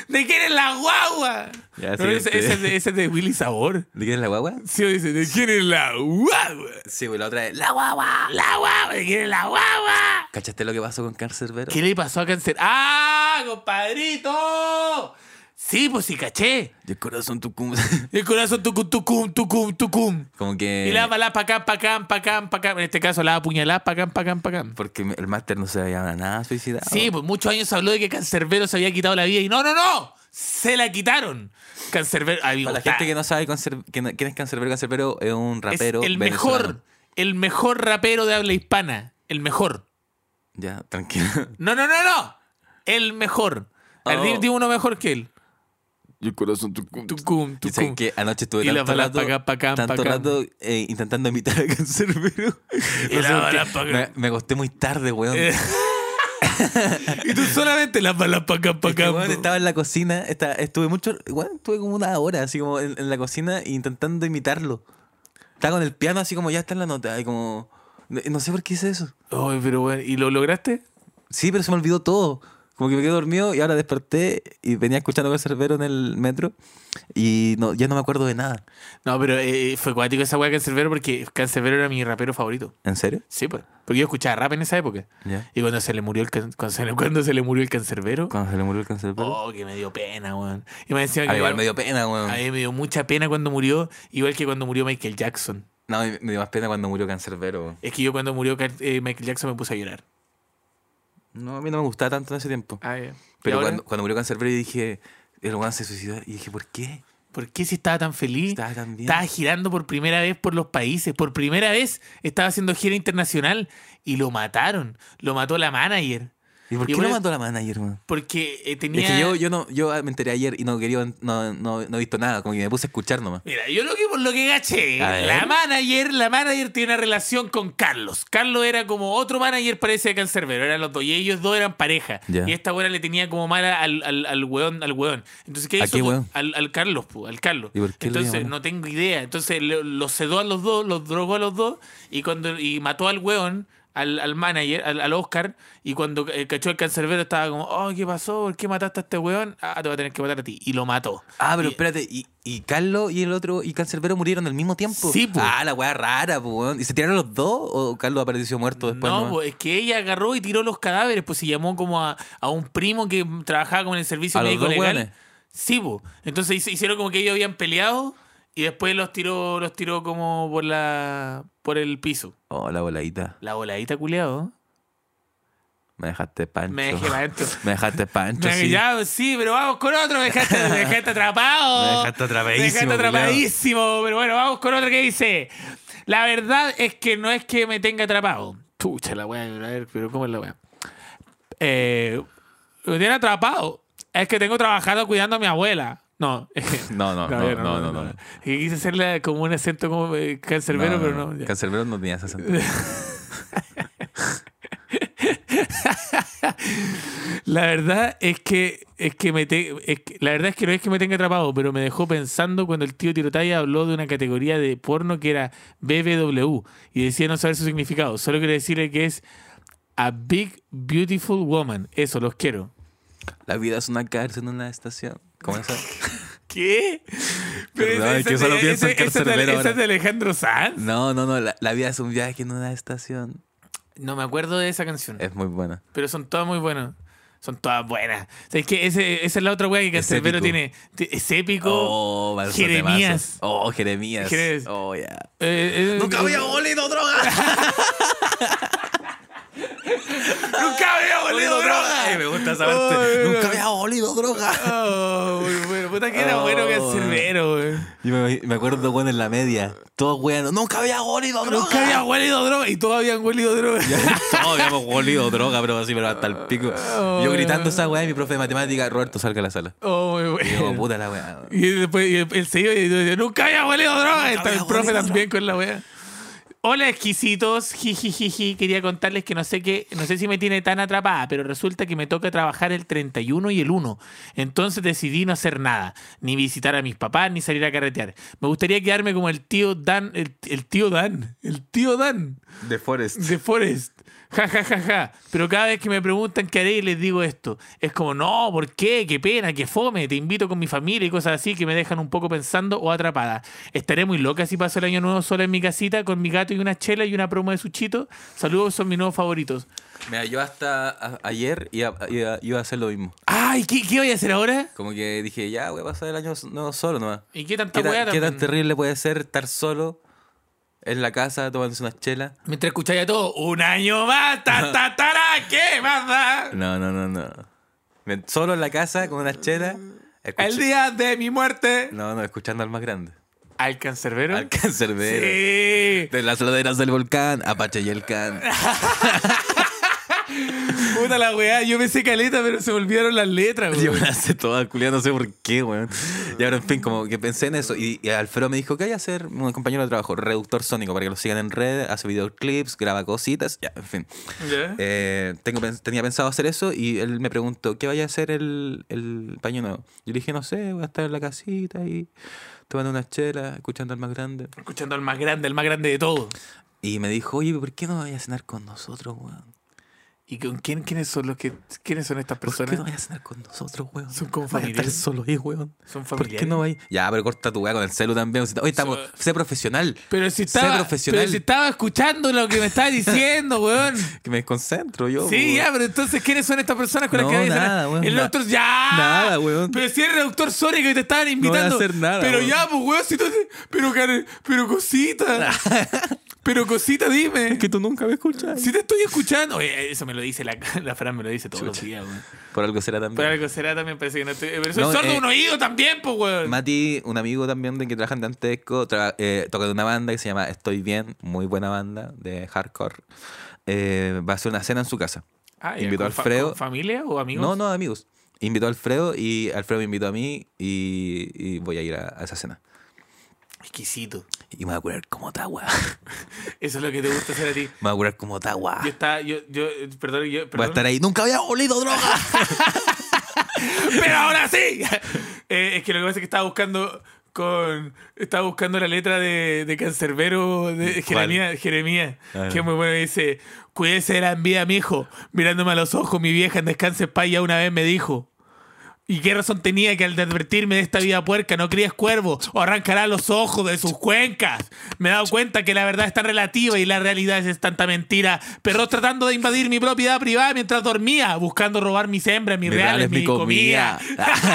[SPEAKER 2] ¿De quién es la guagua?
[SPEAKER 3] Ya,
[SPEAKER 2] No, ese,
[SPEAKER 3] siguiente.
[SPEAKER 2] ese es de, ese es de Willy Sabor.
[SPEAKER 3] ¿De quién es la guagua?
[SPEAKER 2] Sí, dice, ¿de quién es la guagua?
[SPEAKER 3] Sí, güey, la otra vez. ¡La guagua!
[SPEAKER 2] La guagua, ¿de quién es la guagua?
[SPEAKER 3] ¿Cachaste lo que pasó con Cancerbero?
[SPEAKER 2] ¿Qué le pasó a Cáncer? ¡Ah, compadrito! Sí, pues sí, caché.
[SPEAKER 3] Y el corazón tucum.
[SPEAKER 2] El corazón tucum, tucum, tucum, tucum.
[SPEAKER 3] (laughs) Como que.
[SPEAKER 2] Y la bala pa' acá, pa' acá, pa' acá, pa' acá. En este caso, la apuñalada pa' acá, pa' acá, pa' acá.
[SPEAKER 3] Porque el máster no se había nada suicidado.
[SPEAKER 2] Sí, pues muchos años se habló de que Cancerbero se había quitado la vida y no, no, no, se la quitaron. Cancerbero, ay,
[SPEAKER 3] Para la
[SPEAKER 2] está-
[SPEAKER 3] gente que no sabe Cancer- que no- quién es Cancerbero, Cancerbero es un
[SPEAKER 2] es
[SPEAKER 3] rapero.
[SPEAKER 2] el
[SPEAKER 3] venezolano.
[SPEAKER 2] mejor, el mejor rapero de habla hispana, el mejor.
[SPEAKER 3] Ya, tranquilo.
[SPEAKER 2] No, no, no, no, el mejor. A ver,
[SPEAKER 3] Oh.
[SPEAKER 2] di- di uno mejor que él.
[SPEAKER 3] Y el corazón tucum.
[SPEAKER 2] Tucum,
[SPEAKER 3] Y sé
[SPEAKER 2] tucum.
[SPEAKER 3] que anoche estuve
[SPEAKER 2] Y la
[SPEAKER 3] tanto
[SPEAKER 2] bala
[SPEAKER 3] rato,
[SPEAKER 2] pa' acá, pa' acá,
[SPEAKER 3] tanto
[SPEAKER 2] pa' acá.
[SPEAKER 3] rato eh, intentando imitar a (laughs) Cancerbero.
[SPEAKER 2] Y
[SPEAKER 3] No
[SPEAKER 2] la
[SPEAKER 3] sé por
[SPEAKER 2] bala
[SPEAKER 3] qué.
[SPEAKER 2] pa'
[SPEAKER 3] me,
[SPEAKER 2] acá.
[SPEAKER 3] me acosté muy tarde, weón.
[SPEAKER 2] (laughs) Eh, y tú solamente las balas pa' acá, pa'
[SPEAKER 3] Es que,
[SPEAKER 2] acá.
[SPEAKER 3] weón,
[SPEAKER 2] po.
[SPEAKER 3] estaba en la cocina, esta- estuve mucho, igual estuve como una hora así como en, en la cocina intentando imitarlo. Estaba con el piano así como ya está en la nota, y como no, no sé por qué hice eso.
[SPEAKER 2] Ay, pero bueno, ¿y lo lograste?
[SPEAKER 3] Sí, pero se me olvidó todo. Como que me quedé dormido y ahora desperté y venía escuchando el cerbero en el metro y no, ya no me acuerdo de nada.
[SPEAKER 2] No, pero eh, fue cuático esa weá de Cancerbero porque Cancerbero era mi rapero favorito.
[SPEAKER 3] ¿En serio?
[SPEAKER 2] Sí, pues. Porque yo escuchaba rap en esa época.
[SPEAKER 3] Ya.
[SPEAKER 2] Y cuando se le murió el can- cuando se le, cuando se le murió el cancerbero,
[SPEAKER 3] Cuando se le murió el cancerbero.
[SPEAKER 2] oh, que me dio pena, weón. Y Ah, me decían
[SPEAKER 3] a
[SPEAKER 2] que
[SPEAKER 3] mí igual me dio pena, weón.
[SPEAKER 2] a mí me dio mucha pena cuando murió, igual que cuando murió Michael Jackson.
[SPEAKER 3] No, me me dio más pena cuando murió cancerbero. weón.
[SPEAKER 2] Es que yo cuando murió Car- eh, Michael Jackson me puse a llorar.
[SPEAKER 3] No, a mí no me gustaba tanto en ese tiempo.
[SPEAKER 2] Ah, ya. ¿Y
[SPEAKER 3] Pero
[SPEAKER 2] ahora?
[SPEAKER 3] cuando, cuando murió cancerbero yo dije, el weón se suicidó y dije, ¿por qué?
[SPEAKER 2] ¿Por qué si estaba tan feliz?
[SPEAKER 3] Estaba tan bien.
[SPEAKER 2] Estaba girando por primera vez por los países. Por primera vez estaba haciendo gira internacional y lo mataron. Lo mató la manager.
[SPEAKER 3] ¿Y por
[SPEAKER 2] Y
[SPEAKER 3] qué
[SPEAKER 2] por
[SPEAKER 3] no
[SPEAKER 2] el-
[SPEAKER 3] mató a la manager, man?
[SPEAKER 2] Porque eh, tenía.
[SPEAKER 3] Es que yo, yo, no, yo me enteré ayer y no quería, no, no, no he visto nada, como que me puse a escuchar nomás.
[SPEAKER 2] Mira, yo lo que por lo que gaché,
[SPEAKER 3] A ver.
[SPEAKER 2] la manager, la manager tiene una relación con Carlos. Carlos era como otro manager parece de Cancerbero, eran los dos, y ellos dos eran pareja.
[SPEAKER 3] Ya.
[SPEAKER 2] Y esta buena le tenía como mala al, al, al weón, al weón. Entonces, ¿qué
[SPEAKER 3] ¿A
[SPEAKER 2] hizo?
[SPEAKER 3] qué weón?
[SPEAKER 2] Al, al Carlos, pu, al Carlos.
[SPEAKER 3] ¿Y por qué le
[SPEAKER 2] Entonces,
[SPEAKER 3] llaman?
[SPEAKER 2] no tengo idea. Entonces lo- los sedó a los dos, los drogó a los dos, y cuando, y mató al weón. Al, al manager, al, al Oscar, y cuando eh, cachó el cancerbero estaba como, oh, ¿qué pasó? ¿Por qué mataste a este weón? Ah, te va a tener que matar a ti. Y lo mató.
[SPEAKER 3] Ah, pero
[SPEAKER 2] Y-
[SPEAKER 3] espérate, y, y Carlos y el otro y Cancerbero murieron al mismo tiempo.
[SPEAKER 2] Sí, po.
[SPEAKER 3] Ah, la weá rara, po, weón. ¿Y se tiraron los dos o Carlos apareció muerto después?
[SPEAKER 2] no,
[SPEAKER 3] nomás?
[SPEAKER 2] pues, es que ella agarró y tiró los cadáveres, pues se llamó como a, a un primo que trabajaba como en el servicio
[SPEAKER 3] ¿A los
[SPEAKER 2] médico
[SPEAKER 3] dos
[SPEAKER 2] legal.
[SPEAKER 3] hueones?
[SPEAKER 2] Sí, pues. Entonces hice- hicieron como que ellos habían peleado y después los tiró, los tiró como por la por el piso.
[SPEAKER 3] Oh, la voladita.
[SPEAKER 2] La voladita culeado.
[SPEAKER 3] Me dejaste pancho.
[SPEAKER 2] Me dejé para adentro.
[SPEAKER 3] Me dejaste
[SPEAKER 2] (laughs)
[SPEAKER 3] pancho,
[SPEAKER 2] Me-
[SPEAKER 3] sí.
[SPEAKER 2] ya, sí, pero vamos con otro, me
[SPEAKER 3] (laughs)
[SPEAKER 2] dejaste, me dejaste atrapado.
[SPEAKER 3] Me dejaste
[SPEAKER 2] Me
[SPEAKER 3] atrapadísimo,
[SPEAKER 2] dejaste atrapadísimo, pero bueno, vamos con otro que dice. La verdad es que no es que me tenga atrapado. Chucha, la weá, a ver, pero ¿cómo es la weá? Eh, me tiene atrapado. Es que tengo trabajado cuidando a mi abuela. No. (laughs)
[SPEAKER 3] (laughs) No, no, no,
[SPEAKER 2] Gabriel,
[SPEAKER 3] no, no, no.
[SPEAKER 2] Y quise hacerle como un acento como eh, cancerbero, pero no. ya.
[SPEAKER 3] Cancerbero no tenía ese acento. (laughs)
[SPEAKER 2] La verdad es que, es que me te- es que- la verdad es que no es que me tenga atrapado, pero me dejó pensando cuando el tío Tirotaya habló de una categoría de porno que era BBW y decía no saber su significado. Solo quiere decirle que es a big beautiful woman. Eso, los quiero.
[SPEAKER 3] La vida es una cárcel, no una estación. ¿Cómo es (laughs) eso?
[SPEAKER 2] ¿Qué? Pero
[SPEAKER 3] Perdón,
[SPEAKER 2] ese-
[SPEAKER 3] es que
[SPEAKER 2] ese-
[SPEAKER 3] solo pienso
[SPEAKER 2] ese- ese
[SPEAKER 3] en
[SPEAKER 2] es de-
[SPEAKER 3] Cancerbero
[SPEAKER 2] ese
[SPEAKER 3] ahora.
[SPEAKER 2] es de Alejandro Sanz.
[SPEAKER 3] No, no, no. La, la vida es un viaje, no una estación.
[SPEAKER 2] No me acuerdo de esa canción.
[SPEAKER 3] Es muy buena.
[SPEAKER 2] Pero son todas muy buenas. Son todas buenas. O sea, es que ese, esa es la otra weá que
[SPEAKER 3] Es
[SPEAKER 2] Cancerbero
[SPEAKER 3] épico.
[SPEAKER 2] tiene. Ti- Es épico.
[SPEAKER 3] Oh, va a ser
[SPEAKER 2] Jeremías.
[SPEAKER 3] temazos. Oh, Jeremías.
[SPEAKER 2] Jeremías.
[SPEAKER 3] Oh, ya.
[SPEAKER 2] Eh, eh,
[SPEAKER 3] Nunca
[SPEAKER 2] eh,
[SPEAKER 3] había olido (laughs) droga.
[SPEAKER 2] Nunca había olido droga.
[SPEAKER 3] Ay, me gusta esa
[SPEAKER 2] Oh,
[SPEAKER 3] parte.
[SPEAKER 2] droga.
[SPEAKER 3] Nunca había olido (laughs) droga.
[SPEAKER 2] Oh, muy bueno. Puta que era
[SPEAKER 3] Oh.
[SPEAKER 2] bueno Cancerbero, weón.
[SPEAKER 3] Y me, me acuerdo, bueno, en la media. Todos weando. Nunca había olido droga.
[SPEAKER 2] Nunca había olido droga y todos habían olido droga.
[SPEAKER 3] (laughs) Todos habíamos olido droga, pero así, pero hasta el pico. Yo gritando esa weá y mi profe de matemática, Roberto, salga de la sala.
[SPEAKER 2] (laughs) Oh, muy
[SPEAKER 3] Y (laughs) yo,
[SPEAKER 2] bueno.
[SPEAKER 3] puta la weá.
[SPEAKER 2] Y después y el, el seguido y yo decía, nunca había olido droga. Está el
[SPEAKER 3] había
[SPEAKER 2] profe
[SPEAKER 3] olido
[SPEAKER 2] también con la wea. Hola exquisitos, jijijiji, quería contarles que no sé qué, no sé si me tiene tan atrapada, pero resulta que me toca trabajar el 31 y el 1. Entonces decidí no hacer nada, ni visitar a mis papás, ni salir a carretear. Me gustaría quedarme como el tío Dan, el- el tío Dan, el tío Dan. (laughs)
[SPEAKER 3] De Forest.
[SPEAKER 2] The Forest. Ja, ja, ja, ja. Pero cada vez que me preguntan qué haré, les digo esto. Es como, no, ¿por qué? Qué pena, qué fome. Te invito con mi familia y cosas así que me dejan un poco pensando o atrapada. Estaré muy loca si paso el año nuevo sola en mi casita con mi gato y una chela y una promo de suchito. Saludos, son mis nuevos favoritos.
[SPEAKER 3] Mira, yo hasta a- ayer iba, iba- iba a hacer lo mismo.
[SPEAKER 2] Ay, ¿qué, qué voy a hacer ahora?
[SPEAKER 3] Como que dije, ya, voy a pasar el año no solo nomás.
[SPEAKER 2] ¿Y qué tanta
[SPEAKER 3] ¿Qué, tan-
[SPEAKER 2] weá
[SPEAKER 3] qué tan
[SPEAKER 2] también?
[SPEAKER 3] terrible puede ser estar solo en la casa tomándose unas chelas?
[SPEAKER 2] Mientras escucháis a todo, un año más, ta, ta, tará, ¿qué más da?
[SPEAKER 3] No, no, no, no. Me- Solo en la casa con unas chelas. escucha-
[SPEAKER 2] El día de mi muerte.
[SPEAKER 3] No, no, escuchando al más grande.
[SPEAKER 2] ¿Al cancerbero?
[SPEAKER 3] Al (laughs) cancerbero.
[SPEAKER 2] Sí.
[SPEAKER 3] De las laderas del volcán, Apache y el Can.
[SPEAKER 2] Puta la weá, yo pensé caleta, pero se me olvidaron las
[SPEAKER 3] (laughs)
[SPEAKER 2] letras,
[SPEAKER 3] Yo
[SPEAKER 2] weón.
[SPEAKER 3] me hace toda culia, no sé por qué, weón. Y ahora, en fin, como que pensé en eso. Y, y Alfredo me dijo, ¿qué hay a hacer? Un compañero de trabajo, reductor sónico, para que lo sigan en redes, hace videoclips, graba cositas, ya, en fin.
[SPEAKER 2] Ya.
[SPEAKER 3] Eh, tengo, pens- tenía pensado hacer eso y él me preguntó, ¿qué vaya a hacer el, el paño nuevo? Yo le dije, no sé, voy a estar en la casita y tomando unas chelas, escuchando al más grande.
[SPEAKER 2] Escuchando al más grande, al más grande de todos.
[SPEAKER 3] Y me dijo, oye, ¿por qué no vayas a cenar con nosotros, weón?
[SPEAKER 2] ¿Y con quién, quiénes son los que quiénes son estas
[SPEAKER 3] ¿Por qué no
[SPEAKER 2] personas?
[SPEAKER 3] vayas a cenar con nosotros, weón?
[SPEAKER 2] Son como
[SPEAKER 3] Vaya a estar
[SPEAKER 2] familiares.
[SPEAKER 3] solo ahí, weón.
[SPEAKER 2] Son
[SPEAKER 3] ¿Por qué
[SPEAKER 2] familiares.
[SPEAKER 3] no vais? Ya, pero corta tu weá con el celu también. Si- Oye, estamos,
[SPEAKER 2] So-
[SPEAKER 3] sé profesional.
[SPEAKER 2] Pero si
[SPEAKER 3] Sé
[SPEAKER 2] estaba,
[SPEAKER 3] profesional.
[SPEAKER 2] pero si estaba escuchando lo que me
[SPEAKER 3] (laughs)
[SPEAKER 2] estaba diciendo, weón.
[SPEAKER 3] Que me desconcentro yo. pues,
[SPEAKER 2] Sí,
[SPEAKER 3] weón.
[SPEAKER 2] ya, pero entonces, ¿quiénes son estas personas con las
[SPEAKER 3] No,
[SPEAKER 2] que vais a cenar?
[SPEAKER 3] nada, weón,
[SPEAKER 2] El
[SPEAKER 3] na-
[SPEAKER 2] doctor, ya.
[SPEAKER 3] nada, weón.
[SPEAKER 2] Pero si eres el doctor Sónico y te estaban
[SPEAKER 3] voy a
[SPEAKER 2] invitando.
[SPEAKER 3] hacer nada,
[SPEAKER 2] Pero
[SPEAKER 3] weón.
[SPEAKER 2] ya, pues, weón, si tú. te- Pero, Karen, pero
[SPEAKER 3] (laughs)
[SPEAKER 2] cosita. pero cosita, dime.
[SPEAKER 3] Que tú nunca me escuchas.
[SPEAKER 2] Si te estoy escuchando. Oye, eso me lo dice la, (laughs) la Fran, me lo dice todos los días, weón.
[SPEAKER 3] Por algo será también.
[SPEAKER 2] Por algo será también, parece que no estoy. Pero soy
[SPEAKER 3] No,
[SPEAKER 2] sordo de
[SPEAKER 3] eh,
[SPEAKER 2] un oído también, pues, weón.
[SPEAKER 3] Mati, un amigo también de que trabaja en Dantesco, tra- eh, toca de una banda que se llama Estoy Bien, muy buena banda de hardcore. Eh, va a hacer una cena en su casa.
[SPEAKER 2] Ah, ya,
[SPEAKER 3] invitó a
[SPEAKER 2] ¿con fa-
[SPEAKER 3] Alfredo.
[SPEAKER 2] con ¿Familia o amigos?
[SPEAKER 3] No, no, amigos. Invitó a Alfredo y Alfredo me invitó a mí y, y voy a ir a, a esa cena.
[SPEAKER 2] Exquisito.
[SPEAKER 3] Y me voy a curar como tagua. (laughs)
[SPEAKER 2] Eso es lo que te gusta hacer a ti.
[SPEAKER 3] Me voy a curar como tagua.
[SPEAKER 2] Yo estaba, yo, yo, eh, perdón, yo,
[SPEAKER 3] Voy Ah. a
[SPEAKER 2] perdón.
[SPEAKER 3] estar ahí. Nunca había olido droga.
[SPEAKER 2] (laughs) Pero ahora sí. Eh, es que lo que pasa es que estaba buscando con. Estaba buscando la letra de, de Cancerbero de
[SPEAKER 3] ¿Cuál?
[SPEAKER 2] Jeremías, Jeremías,
[SPEAKER 3] Ah,
[SPEAKER 2] que
[SPEAKER 3] ya.
[SPEAKER 2] es muy bueno. Dice: Cuídese de la envidia, mijo. Mirándome a los ojos, mi vieja en descanse en paz ya una vez me dijo. ¿Y qué razón tenía que al de advertirme de esta vida puerca no críes cuervo o arrancará los ojos de sus cuencas? Me he dado cuenta que la verdad está relativa y la realidad es tanta mentira. Perros tratando de invadir mi propiedad privada mientras dormía, buscando robar mis hembras, mis
[SPEAKER 3] Mi real
[SPEAKER 2] reales, mi comida.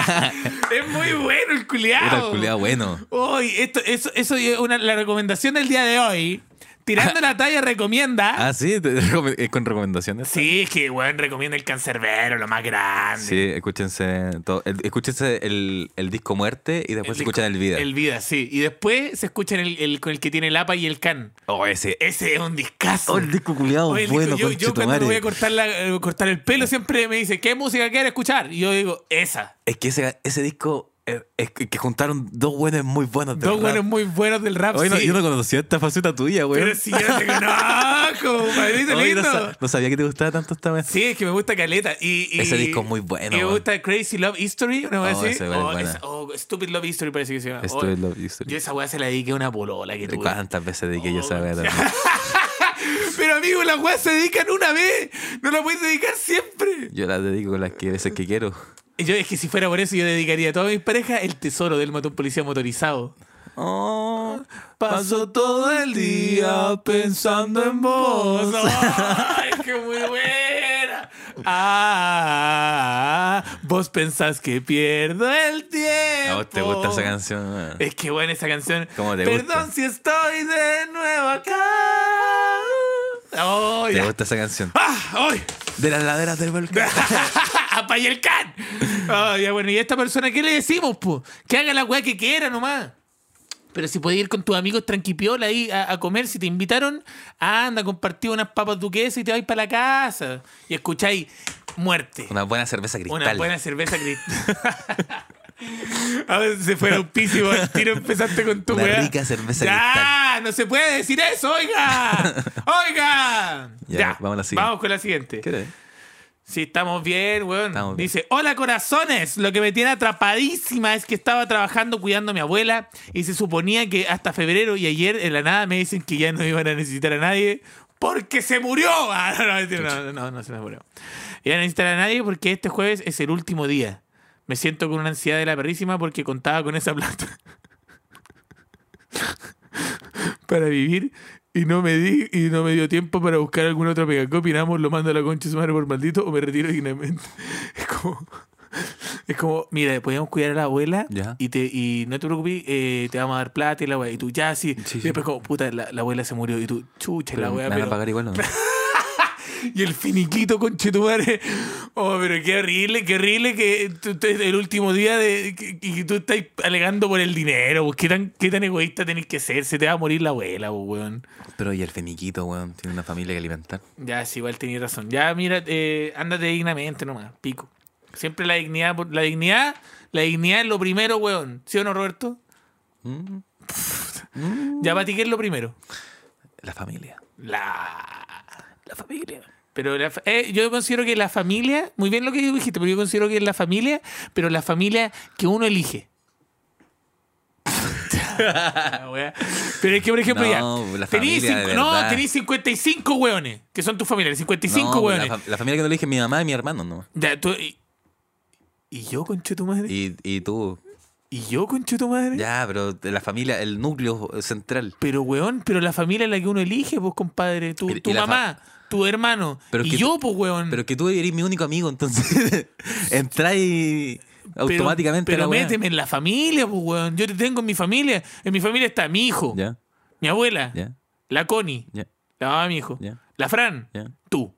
[SPEAKER 2] (laughs) es muy bueno el
[SPEAKER 3] Puta, el
[SPEAKER 2] culiado.
[SPEAKER 3] culiao bueno.
[SPEAKER 2] Hoy, esto, eso, eso es una- la recomendación del día de hoy.
[SPEAKER 3] (laughs)
[SPEAKER 2] Tirando la talla recomienda.
[SPEAKER 3] Ah, sí, te- recome- eh, con recomendaciones.
[SPEAKER 2] Sí, es que, weón, recomienda el cancerbero, lo más grande.
[SPEAKER 3] Sí, escúchense, todo, el- escúchense el, el disco Muerte y después se escuchan el video.
[SPEAKER 2] El vida, sí. Y después se escuchan el, el- con el que tiene el APA y el CAN.
[SPEAKER 3] Oh, ese.
[SPEAKER 2] Ese es un discazo.
[SPEAKER 3] Oh, el disco culiado,
[SPEAKER 2] Oye, el
[SPEAKER 3] bueno,
[SPEAKER 2] disco, yo, yo cuando me
[SPEAKER 3] conchetumare.
[SPEAKER 2] voy a cortar, la- eh, cortar el pelo siempre me dice, ¿qué música quieres escuchar? Y yo digo, esa.
[SPEAKER 3] Es que ese, ese disco eh, es que que juntaron dos buenos muy buenos. de
[SPEAKER 2] Dos
[SPEAKER 3] rap.
[SPEAKER 2] buenos muy buenos del rap.
[SPEAKER 3] Oye, no,
[SPEAKER 2] sí.
[SPEAKER 3] yo no conocía esta faceta tuya, güey.
[SPEAKER 2] Pero si yo
[SPEAKER 3] (laughs)
[SPEAKER 2] te conozco, padrito
[SPEAKER 3] Oye,
[SPEAKER 2] lindo.
[SPEAKER 3] no, sa- no sabía que te gustaba tanto esta vez.
[SPEAKER 2] Sí, es que me gusta Caleta. Y, y-
[SPEAKER 3] Ese disco es muy bueno,
[SPEAKER 2] Y me
[SPEAKER 3] weón.
[SPEAKER 2] gusta Crazy Love History, una vez
[SPEAKER 3] Oh,
[SPEAKER 2] así.
[SPEAKER 3] ese weón es
[SPEAKER 2] oh,
[SPEAKER 3] buena.
[SPEAKER 2] esa- oh, Stupid Love History parece que se llama. Oh,
[SPEAKER 3] Stupid Love History.
[SPEAKER 2] Yo esa weá se la dediqué a una polola que tuve.
[SPEAKER 3] ¿Cuántas veces dije
[SPEAKER 2] Oh, (laughs)
[SPEAKER 3] yo esa weá
[SPEAKER 2] sí.
[SPEAKER 3] también?
[SPEAKER 2] Pero amigo, las weas se dedican una vez. No la puedes dedicar siempre.
[SPEAKER 3] Yo las dedico con las que veces que quiero.
[SPEAKER 2] (laughs) Y Yo es que si fuera por eso, yo dedicaría a todas mis parejas el tesoro del matón policía motorizado.
[SPEAKER 3] Oh,
[SPEAKER 2] Paso todo el día pensando en vos. (laughs) ¡Ay, qué muy buena! Ah, vos pensás que pierdo el tiempo. Eh,
[SPEAKER 3] ¿A vos te gusta esa canción? weón?
[SPEAKER 2] Es que buena esa canción.
[SPEAKER 3] ¿Cómo te
[SPEAKER 2] Perdón
[SPEAKER 3] gusta?
[SPEAKER 2] si estoy de nuevo acá. ¡Oh,
[SPEAKER 3] ¿Te
[SPEAKER 2] ya.
[SPEAKER 3] gusta esa canción?
[SPEAKER 2] ¡Ah! ¡Ay!
[SPEAKER 3] De las laderas
[SPEAKER 2] (laughs)
[SPEAKER 3] del volcán.
[SPEAKER 2] ¡Apay el can! Ah, ya, bueno, ¿y a esta persona qué le decimos, po? Que haga la weá que quiera nomás. Pero si podés ir con tus amigos tranquipiola ahí a, a comer, si te invitaron, anda, compartí unas papas duquesas y te vais para la casa. Y escucháis muerte.
[SPEAKER 3] Una buena cerveza cristal.
[SPEAKER 2] Una buena cerveza cristal. (laughs) A ver, se fue un piso al tiro empezaste con tu
[SPEAKER 3] Una
[SPEAKER 2] weá.
[SPEAKER 3] rica cerveza
[SPEAKER 2] ¡Ya!
[SPEAKER 3] cristal.
[SPEAKER 2] ¡No se puede decir eso!
[SPEAKER 3] (laughs)
[SPEAKER 2] ¡Oiga! ¡Oiga!
[SPEAKER 3] Ya, vamos a la siguiente.
[SPEAKER 2] Vamos con la siguiente.
[SPEAKER 3] ¿Qué eres?
[SPEAKER 2] Sí, estamos bien, weón.
[SPEAKER 3] Estamos bien.
[SPEAKER 2] Dice, hola corazones, lo que me tiene atrapadísima es que estaba trabajando cuidando a mi abuela y se suponía que hasta febrero y ayer en la nada me dicen que ya no iban a necesitar a nadie porque se murió. (laughs) Ah, no, no, mentira, no, no, no, no se me murió. Iban a necesitar a nadie porque este jueves es el último día. Me siento con una ansiedad de la perrísima porque contaba con esa plata para vivir y no me di y no me dio tiempo para buscar algún otro pega. ¿Qué opinamos? ¿Lo mando a la concha de su madre por maldito o me retiro dignamente? (laughs) Es como, es como mira, podíamos cuidar a la abuela
[SPEAKER 3] Ya.
[SPEAKER 2] y te y no te preocupes, eh, te vamos a dar plata y la weá. Y tú, ya, sí.
[SPEAKER 3] Sí,
[SPEAKER 2] y
[SPEAKER 3] sí.
[SPEAKER 2] después como, puta, la, la abuela se murió y tú, chucha, la
[SPEAKER 3] Pero
[SPEAKER 2] weá.
[SPEAKER 3] me van
[SPEAKER 2] pero-
[SPEAKER 3] a
[SPEAKER 2] (laughs)
[SPEAKER 3] pagar igual, ¿no?
[SPEAKER 2] y el finiquito, conchetumare. Oh, pero qué horrible, qué horrible que tú- tú- el último día de, que- y que tú estás alegando por el dinero. pues, ¿Qué tan, qué tan egoísta tenés que ser? Se te va a morir la abuela, pues, weón.
[SPEAKER 3] Pero y el feniquito, weón. Tiene una familia que alimentar.
[SPEAKER 2] Ya, sí, igual tenía razón. Ya, mira, eh, ándate dignamente nomás, pico. Siempre la dignidad, por- la dignidad, la dignidad es lo primero, weón. ¿Sí o no, Roberto?
[SPEAKER 3] Mm,
[SPEAKER 2] Ya, para ti, ¿qué es lo primero?
[SPEAKER 3] La familia.
[SPEAKER 2] La...
[SPEAKER 3] La familia.
[SPEAKER 2] Pero la fa- eh, yo considero que la familia, muy bien lo que dijiste, pero yo considero que es la familia, pero la familia que uno
[SPEAKER 3] (laughs)
[SPEAKER 2] elige. La wea. pero es que, por ejemplo,
[SPEAKER 3] No,
[SPEAKER 2] ya.
[SPEAKER 3] la
[SPEAKER 2] tenís
[SPEAKER 3] familia de
[SPEAKER 2] cincu- no,
[SPEAKER 3] verdad.
[SPEAKER 2] tenés 55 weones, que son tu familia, 55
[SPEAKER 3] No,
[SPEAKER 2] weones.
[SPEAKER 3] La, fa- la familia que no le dije mi mamá y mi hermano, ¿no?
[SPEAKER 2] Ya, tú- y, y yo, conche tu madre? ¿Y,
[SPEAKER 3] Y, y tú.
[SPEAKER 2] yo, conche tu madre?
[SPEAKER 3] Ya, pero de la familia, el núcleo central.
[SPEAKER 2] Pero, weón, pero la familia es la que uno elige, vos, compadre. Tu,
[SPEAKER 3] Pero- y
[SPEAKER 2] tu
[SPEAKER 3] la fa-
[SPEAKER 2] mamá, tu hermano.
[SPEAKER 3] Pero
[SPEAKER 2] y
[SPEAKER 3] que-
[SPEAKER 2] yo, pues, weón.
[SPEAKER 3] Pero que tú eres mi único amigo, entonces (laughs) entra y
[SPEAKER 2] Pero-
[SPEAKER 3] automáticamente
[SPEAKER 2] Pero,
[SPEAKER 3] la weá.
[SPEAKER 2] méteme en la familia, pues, weón. Yo te tengo en mi familia. En mi familia está mi hijo,
[SPEAKER 3] Ya,
[SPEAKER 2] mi abuela,
[SPEAKER 3] ya,
[SPEAKER 2] la Connie,
[SPEAKER 3] ya,
[SPEAKER 2] la mamá de mi hijo,
[SPEAKER 3] ya,
[SPEAKER 2] la Fran,
[SPEAKER 3] ya.
[SPEAKER 2] tú.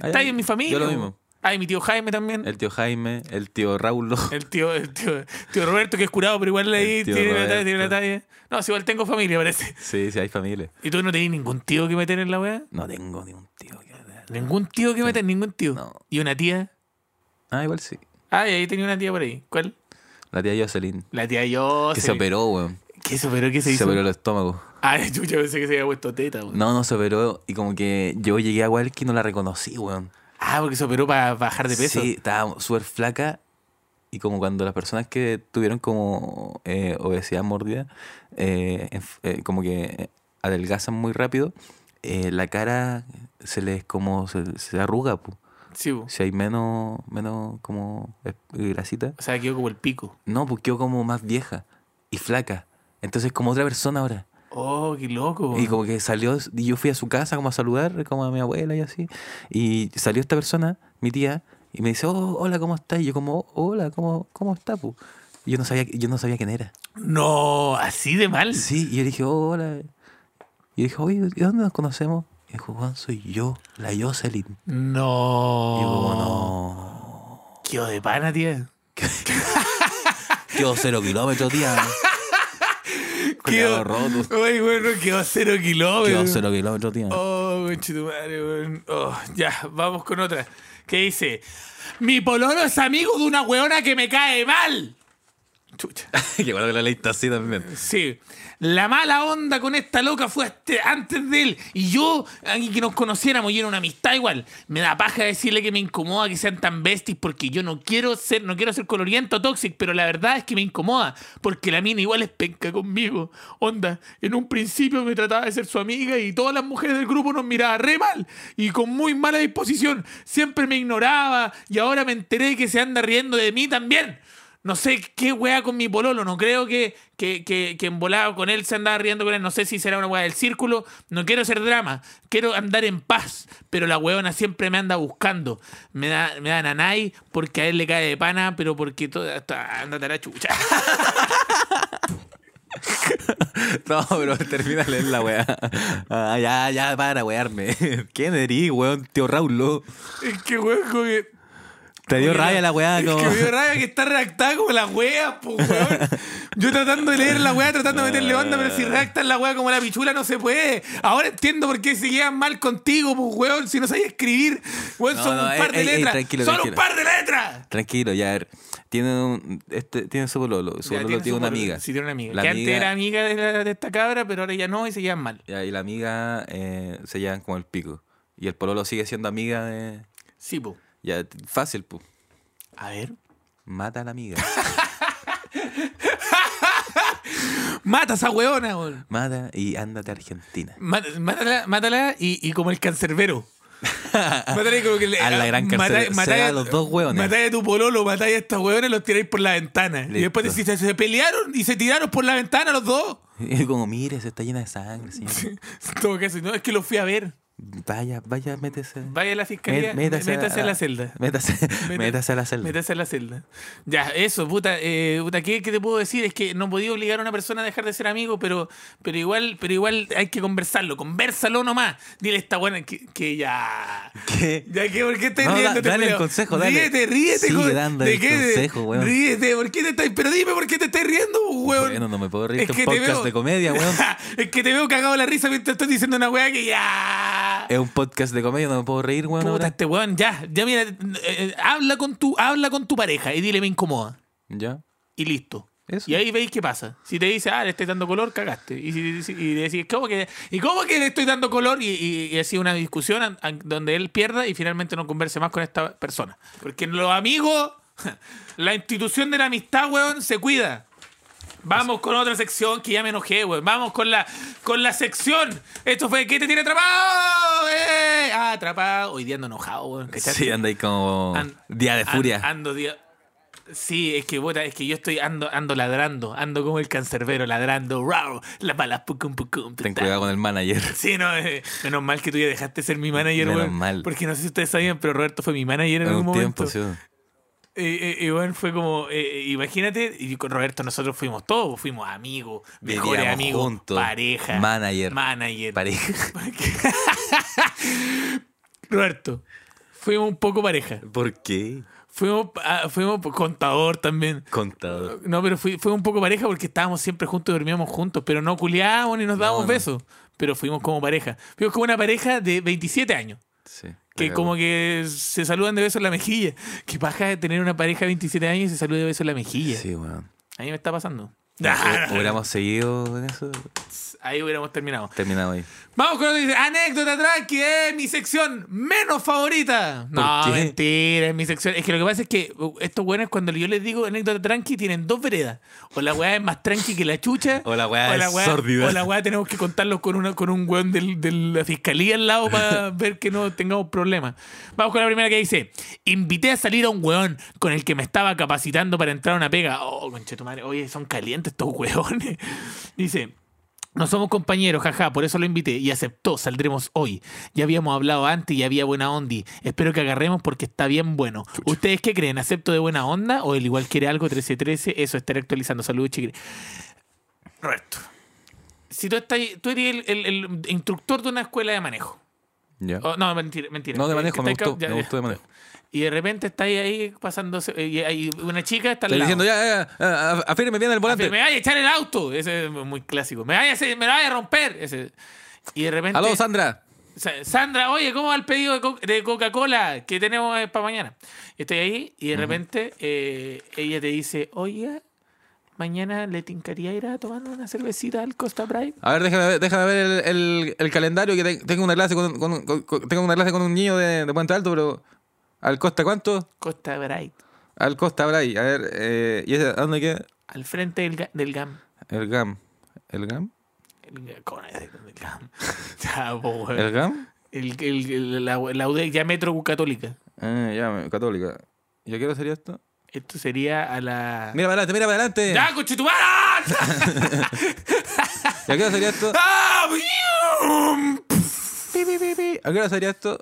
[SPEAKER 3] Ah,
[SPEAKER 2] Está
[SPEAKER 3] ya,
[SPEAKER 2] ahí en mi familia.
[SPEAKER 3] Yo lo
[SPEAKER 2] po.
[SPEAKER 3] mismo.
[SPEAKER 2] Ah, y mi tío Jaime también. El,
[SPEAKER 3] El tío Jaime, el tío
[SPEAKER 2] (laughs)
[SPEAKER 3] Raulo.
[SPEAKER 2] tío, (laughs) el tío, tío Roberto, que es curado, pero igual ahí
[SPEAKER 3] El tío
[SPEAKER 2] tiene la talla, tiene la
[SPEAKER 3] Roberto.
[SPEAKER 2] talla. No, si igual tengo familia, parece.
[SPEAKER 3] Sí, sí, hay familia.
[SPEAKER 2] ¿Y tú no tenés ningún tío que meter en la weá?
[SPEAKER 3] No tengo ni un tío que ver.
[SPEAKER 2] Ningún tío que meter, ningún tío.
[SPEAKER 3] No.
[SPEAKER 2] ¿Y una tía?
[SPEAKER 3] Ah, igual sí.
[SPEAKER 2] Ah, y ahí tenía una tía por ahí. ¿Cuál?
[SPEAKER 3] La tía Jocelyn.
[SPEAKER 2] La tía yo.
[SPEAKER 3] Que se operó, weón.
[SPEAKER 2] ¿Qué se operó? ¿Qué se,
[SPEAKER 3] Se,
[SPEAKER 2] hizo?
[SPEAKER 3] operó el estómago.
[SPEAKER 2] Ah, (laughs) chucha, pensé que se había puesto teta, weón.
[SPEAKER 3] No, no se operó. Y como que yo llegué a Walkie y no la reconocí, weón.
[SPEAKER 2] Ah, porque se operó para bajar ¿Ah, de peso.
[SPEAKER 3] Sí, estaba súper flaca. Y como cuando las personas que tuvieron como eh, obesidad mórbida, eh, enf- eh, como que adelgazan muy rápido, eh, la cara se les como se, se arruga, pu.
[SPEAKER 2] Sí, po.
[SPEAKER 3] si hay menos, menos como eh, grasita.
[SPEAKER 2] o sea, quedó como el pico.
[SPEAKER 3] No, pues quedó como más vieja y flaca. Entonces como otra persona ahora.
[SPEAKER 2] Oh, qué loco.
[SPEAKER 3] Y como que salió, y yo fui a su casa como a saludar, como a mi abuela y así. Y salió esta persona, mi tía, y me dice, oh, hola, ¿cómo estás? Y yo como, hola, ¿cómo, cómo estás? pu?". Y yo no sabía, yo no sabía quién era.
[SPEAKER 2] No, así de mal.
[SPEAKER 3] Sí, y yo le dije, oh, hola. Y dije, oye, ¿y dónde nos conocemos? Y dijo, Juan, soy yo, la Jocelyn.
[SPEAKER 2] No.
[SPEAKER 3] Y yo, como, no.
[SPEAKER 2] ¿Qué de pana, tía?
[SPEAKER 3] Quedó cero kilómetros, (laughs) tía. Cuidado roto.
[SPEAKER 2] Oye, bueno, quedó cero kilómetros.
[SPEAKER 3] Quedó cero kilómetros, tía.
[SPEAKER 2] Oh, conchetumare, weón. Oh, ya, vamos con otra. ¿Qué dice? Mi pololo es amigo de una weona que me cae mal. Chucha.
[SPEAKER 3] que bueno que la leíste así también.
[SPEAKER 2] Sí. La mala onda con esta loca fue este- antes de él. Y yo, y que nos conociéramos y era una amistad igual. Me da paja decirle que me incomoda que sean tan besties porque yo no quiero ser, no quiero ser coloriento o tóxico, pero la verdad es que me incomoda. Porque la mina igual es penca conmigo. Onda, en un principio me trataba de ser su amiga y todas las mujeres del grupo nos miraban re mal y con muy mala disposición. Siempre me ignoraba y ahora me enteré que se anda riendo de mí también. No sé qué wea con mi pololo. No creo que, que, que, que en volado con él se andaba riendo con él. No sé si será una wea del círculo. No quiero ser drama. Quiero andar en paz. Pero la weona siempre me anda buscando. Me da, me da nanay porque a él le cae de pana, pero porque toda hasta anda a la chucha.
[SPEAKER 3] No, pero termina de leer la weá. Ah, ya, ya, para wearme. (laughs) ¿Quién eres, weón? Tío Raulo.
[SPEAKER 2] (laughs) es que weón, como que.
[SPEAKER 3] Te dio
[SPEAKER 2] Oye,
[SPEAKER 3] raya la weá,
[SPEAKER 2] es
[SPEAKER 3] como.
[SPEAKER 2] que me dio rabia que está redactada como la wea, po,
[SPEAKER 3] (laughs)
[SPEAKER 2] weón. Yo tratando de leer la wea, tratando de meterle onda, pero
[SPEAKER 3] Ah.
[SPEAKER 2] si redactan la wea como la pichula no se puede. Ahora entiendo por qué se llevan mal contigo, pues, weón, si no sabes escribir. Weón,
[SPEAKER 3] No,
[SPEAKER 2] son
[SPEAKER 3] no,
[SPEAKER 2] un
[SPEAKER 3] ey,
[SPEAKER 2] par de
[SPEAKER 3] ey, ey,
[SPEAKER 2] letras.
[SPEAKER 3] tranquilo,
[SPEAKER 2] son
[SPEAKER 3] tranquilo.
[SPEAKER 2] un par de letras.
[SPEAKER 3] (laughs) Tranquilo, ya. a ver. Tiene, un, este, tiene su pololo. Su
[SPEAKER 2] Ya,
[SPEAKER 3] pololo tiene,
[SPEAKER 2] su
[SPEAKER 3] una
[SPEAKER 2] polo-
[SPEAKER 3] amiga.
[SPEAKER 2] Sí, tiene una amiga.
[SPEAKER 3] La
[SPEAKER 2] que antes
[SPEAKER 3] amiga-
[SPEAKER 2] era amiga de, la- de esta cabra, pero ahora ya no y se llevan mal.
[SPEAKER 3] Ya, y la amiga eh, se llevan como el pico. Y el pololo sigue siendo amiga de.
[SPEAKER 2] Sí, po.
[SPEAKER 3] Ya, fácil, pues.
[SPEAKER 2] A ver.
[SPEAKER 3] Mata a la amiga. (laughs)
[SPEAKER 2] Mata a esa weona, weón.
[SPEAKER 3] Mata y ándate a Argentina. (laughs)
[SPEAKER 2] Mata- Mátala, mátala y, y como el cancerbero. Mátala y como
[SPEAKER 3] (laughs)
[SPEAKER 2] que le-
[SPEAKER 3] A la gran
[SPEAKER 2] matá-
[SPEAKER 3] cárcel.
[SPEAKER 2] matá-
[SPEAKER 3] Se a los dos hueones.
[SPEAKER 2] Matáis a tu pololo, matáis a estos hueones, los tiráis por la ventana. Y
[SPEAKER 3] Listo.
[SPEAKER 2] después decís, se, se pelearon y se tiraron por la ventana los dos.
[SPEAKER 3] Y como, mire, se está llena de sangre, señor.
[SPEAKER 2] En todo caso, no, es que los fui a ver.
[SPEAKER 3] Vaya, vaya, métese.
[SPEAKER 2] Vaya a la fiscalía,
[SPEAKER 3] Mé- métase
[SPEAKER 2] métase,
[SPEAKER 3] a-
[SPEAKER 2] a la celda.
[SPEAKER 3] Métase,
[SPEAKER 2] (laughs) Meta-
[SPEAKER 3] (laughs) métase a la celda.
[SPEAKER 2] Métase a la celda. Ya, eso, puta, eh, puta ¿qué, qué te puedo decir? Es que no podía obligar a una persona a dejar de ser amigo, pero, pero igual, pero igual hay que conversarlo, conversalo nomás. Dile a esta buena que, que ya.
[SPEAKER 3] ¿Qué?
[SPEAKER 2] Ya que, ¿por qué estás
[SPEAKER 3] No, da-
[SPEAKER 2] riéndote?
[SPEAKER 3] dale el
[SPEAKER 2] culiao?
[SPEAKER 3] consejo, dale.
[SPEAKER 2] Ríete, ríete,
[SPEAKER 3] Sigue
[SPEAKER 2] co-
[SPEAKER 3] dando el consejo, weón.
[SPEAKER 2] Ríete, ¿por qué te estás? Pero dime por qué te estás riendo, pues, weón.
[SPEAKER 3] Bueno, no me puedo reír
[SPEAKER 2] Es
[SPEAKER 3] que un
[SPEAKER 2] que te
[SPEAKER 3] podcast
[SPEAKER 2] veo-
[SPEAKER 3] de
[SPEAKER 2] (laughs)
[SPEAKER 3] comedia, weón.
[SPEAKER 2] es que te veo cagado la risa mientras estás diciendo una weá que ya.
[SPEAKER 3] es un podcast de comedia, no me puedo reír, weón.
[SPEAKER 2] Puta,
[SPEAKER 3] Eh, ahora.
[SPEAKER 2] este weón, ya, ya mira, eh, eh, habla con tu, habla con tu pareja y dile me incomoda.
[SPEAKER 3] Ya.
[SPEAKER 2] Y listo.
[SPEAKER 3] Eso.
[SPEAKER 2] Y ahí veis qué pasa. Si te dice, ah, le estoy dando color, cagaste. Y, si, si- y decís, ¿cómo que, ¿y cómo que le estoy dando color? Y, y, y así una discusión an- an- donde él pierda y finalmente no converse más con esta persona. Porque los amigos, (laughs) la institución de la amistad, weón, se cuida. Vamos con otra sección que ya me enojé, weón. Vamos con la, con la sección. Esto fue ¿Qué te tiene atrapado? ¡Eh! Ah, atrapado. Hoy día ando enojado, weón. ¿cachaste?
[SPEAKER 3] Sí, andáis como.
[SPEAKER 2] An-
[SPEAKER 3] día de
[SPEAKER 2] an-
[SPEAKER 3] furia.
[SPEAKER 2] ando día. Sí, es que puta, es que yo estoy ando, ando ladrando, ando como el cancerbero ladrando, rau, las balas pucum pucum.
[SPEAKER 3] Ten
[SPEAKER 2] tuta.
[SPEAKER 3] cuidado con el manager.
[SPEAKER 2] Sí, no, eh, menos mal que tú ya dejaste ser mi manager,
[SPEAKER 3] Menos
[SPEAKER 2] weón,
[SPEAKER 3] mal.
[SPEAKER 2] Porque no sé si ustedes sabían, pero Roberto fue mi manager (laughs) en
[SPEAKER 3] En
[SPEAKER 2] algún
[SPEAKER 3] un
[SPEAKER 2] momento.
[SPEAKER 3] tiempo, sí.
[SPEAKER 2] Y, y- y, bueno, fue como, eh, eh, imagínate, y con Roberto nosotros fuimos todos, pues, fuimos amigos, mejores
[SPEAKER 3] Vivíamos
[SPEAKER 2] amigos,
[SPEAKER 3] juntos,
[SPEAKER 2] pareja,
[SPEAKER 3] manager,
[SPEAKER 2] manager.
[SPEAKER 3] (laughs) Pareja.
[SPEAKER 2] Roberto, fuimos un poco pareja.
[SPEAKER 3] ¿Por qué?
[SPEAKER 2] Fuimos, ah, fuimos contador también.
[SPEAKER 3] Contador.
[SPEAKER 2] No, pero fui- fue un poco pareja porque estábamos siempre juntos, dormíamos juntos, pero no culiábamos ni nos dábamos
[SPEAKER 3] no.
[SPEAKER 2] besos. Pero fuimos como pareja. Fuimos como una pareja de 27 años,
[SPEAKER 3] Sí.
[SPEAKER 2] que
[SPEAKER 3] la
[SPEAKER 2] como que se saludan de besos en la mejilla. Que paja de tener una pareja de 27 años y se saluda de besos en la mejilla.
[SPEAKER 3] Sí, weón.
[SPEAKER 2] A mí me está pasando. Ah,
[SPEAKER 3] Hu- eh, Hubiéramos seguido con eso.
[SPEAKER 2] Ahí hubiéramos terminado.
[SPEAKER 3] Terminado ahí.
[SPEAKER 2] Vamos con otra anécdota tranqui, es mi sección menos favorita. No,
[SPEAKER 3] qué?
[SPEAKER 2] mentira, es mi sección. Es que lo que pasa es que uh, estos buenos cuando yo les digo anécdota tranqui tienen dos veredas. O la weá es más tranqui que la chucha.
[SPEAKER 3] (laughs) O la weá es
[SPEAKER 2] weá-
[SPEAKER 3] sórdida.
[SPEAKER 2] O la weá tenemos que contarlo con una con un weón del- de la fiscalía al lado
[SPEAKER 3] (laughs)
[SPEAKER 2] para ver que no tengamos problemas. Vamos con la primera que dice, invité a salir a un weón con el que me estaba capacitando para entrar a una pega. Oh, conchetumare, oye, son calientes estos weones. (laughs) Dice... No somos compañeros, jaja, por eso lo invité y aceptó, saldremos hoy. Ya habíamos hablado antes y había buena ondi. Espero que agarremos porque está bien bueno. ¿Ustedes qué creen? ¿Acepto de buena onda o el igual quiere algo 1313? Eso, estaré actualizando. Saludos, chiquillos. Roberto. si tú, estás, tú eres el, el- el instructor de una escuela de manejo.
[SPEAKER 3] Ya.
[SPEAKER 2] Oh, no, mentira, mentira.
[SPEAKER 3] no, de
[SPEAKER 2] Eh,
[SPEAKER 3] manejo, me
[SPEAKER 2] estás ca-
[SPEAKER 3] gustó.
[SPEAKER 2] ya,
[SPEAKER 3] Me
[SPEAKER 2] ya.
[SPEAKER 3] gustó de manejo.
[SPEAKER 2] Y de repente está ahí, ahí pasándose. eh, Y hay una chica está al
[SPEAKER 3] Estoy
[SPEAKER 2] lado.
[SPEAKER 3] diciendo, ya, ya, ya, a- afírmeme bien el volante.
[SPEAKER 2] Pero me vaya a echar el auto. Ese es muy clásico. Me vaya, a hacer- me la vaya a romper. Ese. Y de repente.
[SPEAKER 3] Aló, Sandra.
[SPEAKER 2] Sa- Sandra, oye, ¿cómo va el pedido de, co- de Coca-Cola que tenemos para mañana? Estoy ahí y de repente eh, ella te dice, oye, mañana le tincaría ir a tomar una cervecita al Costa Brave.
[SPEAKER 3] A ver, déjame ver, déjame ver el, el- el calendario que te- tengo una clase con, con- con- con- tengo una clase con un niño de, de Puente Alto, pero al Costa cuánto?
[SPEAKER 2] Costa Brave,
[SPEAKER 3] Al Costa Bray. A ver, eh, ¿y ese a dónde queda?
[SPEAKER 2] al frente del, ga- del GAM.
[SPEAKER 3] El GAM. ¿El GAM?
[SPEAKER 2] El ga- ¿cómo es? El GAM. (laughs) Ya, po, weón.
[SPEAKER 3] ¿El GAM?
[SPEAKER 2] El- el- el- la, la UDEC, ya Metro Católica.
[SPEAKER 3] Eh, ya, me- católica. ¿Y a qué hora sería esto?
[SPEAKER 2] Esto sería a la...
[SPEAKER 3] Mira para adelante, mira para adelante.
[SPEAKER 2] ¡Ya,
[SPEAKER 3] (laughs)
[SPEAKER 2] conchetumara!
[SPEAKER 3] ¿Y a qué hora sería esto?
[SPEAKER 2] ¡Ah! ¡Bium!
[SPEAKER 3] Pi, pi, pi, pi. ¿A qué hora sería esto?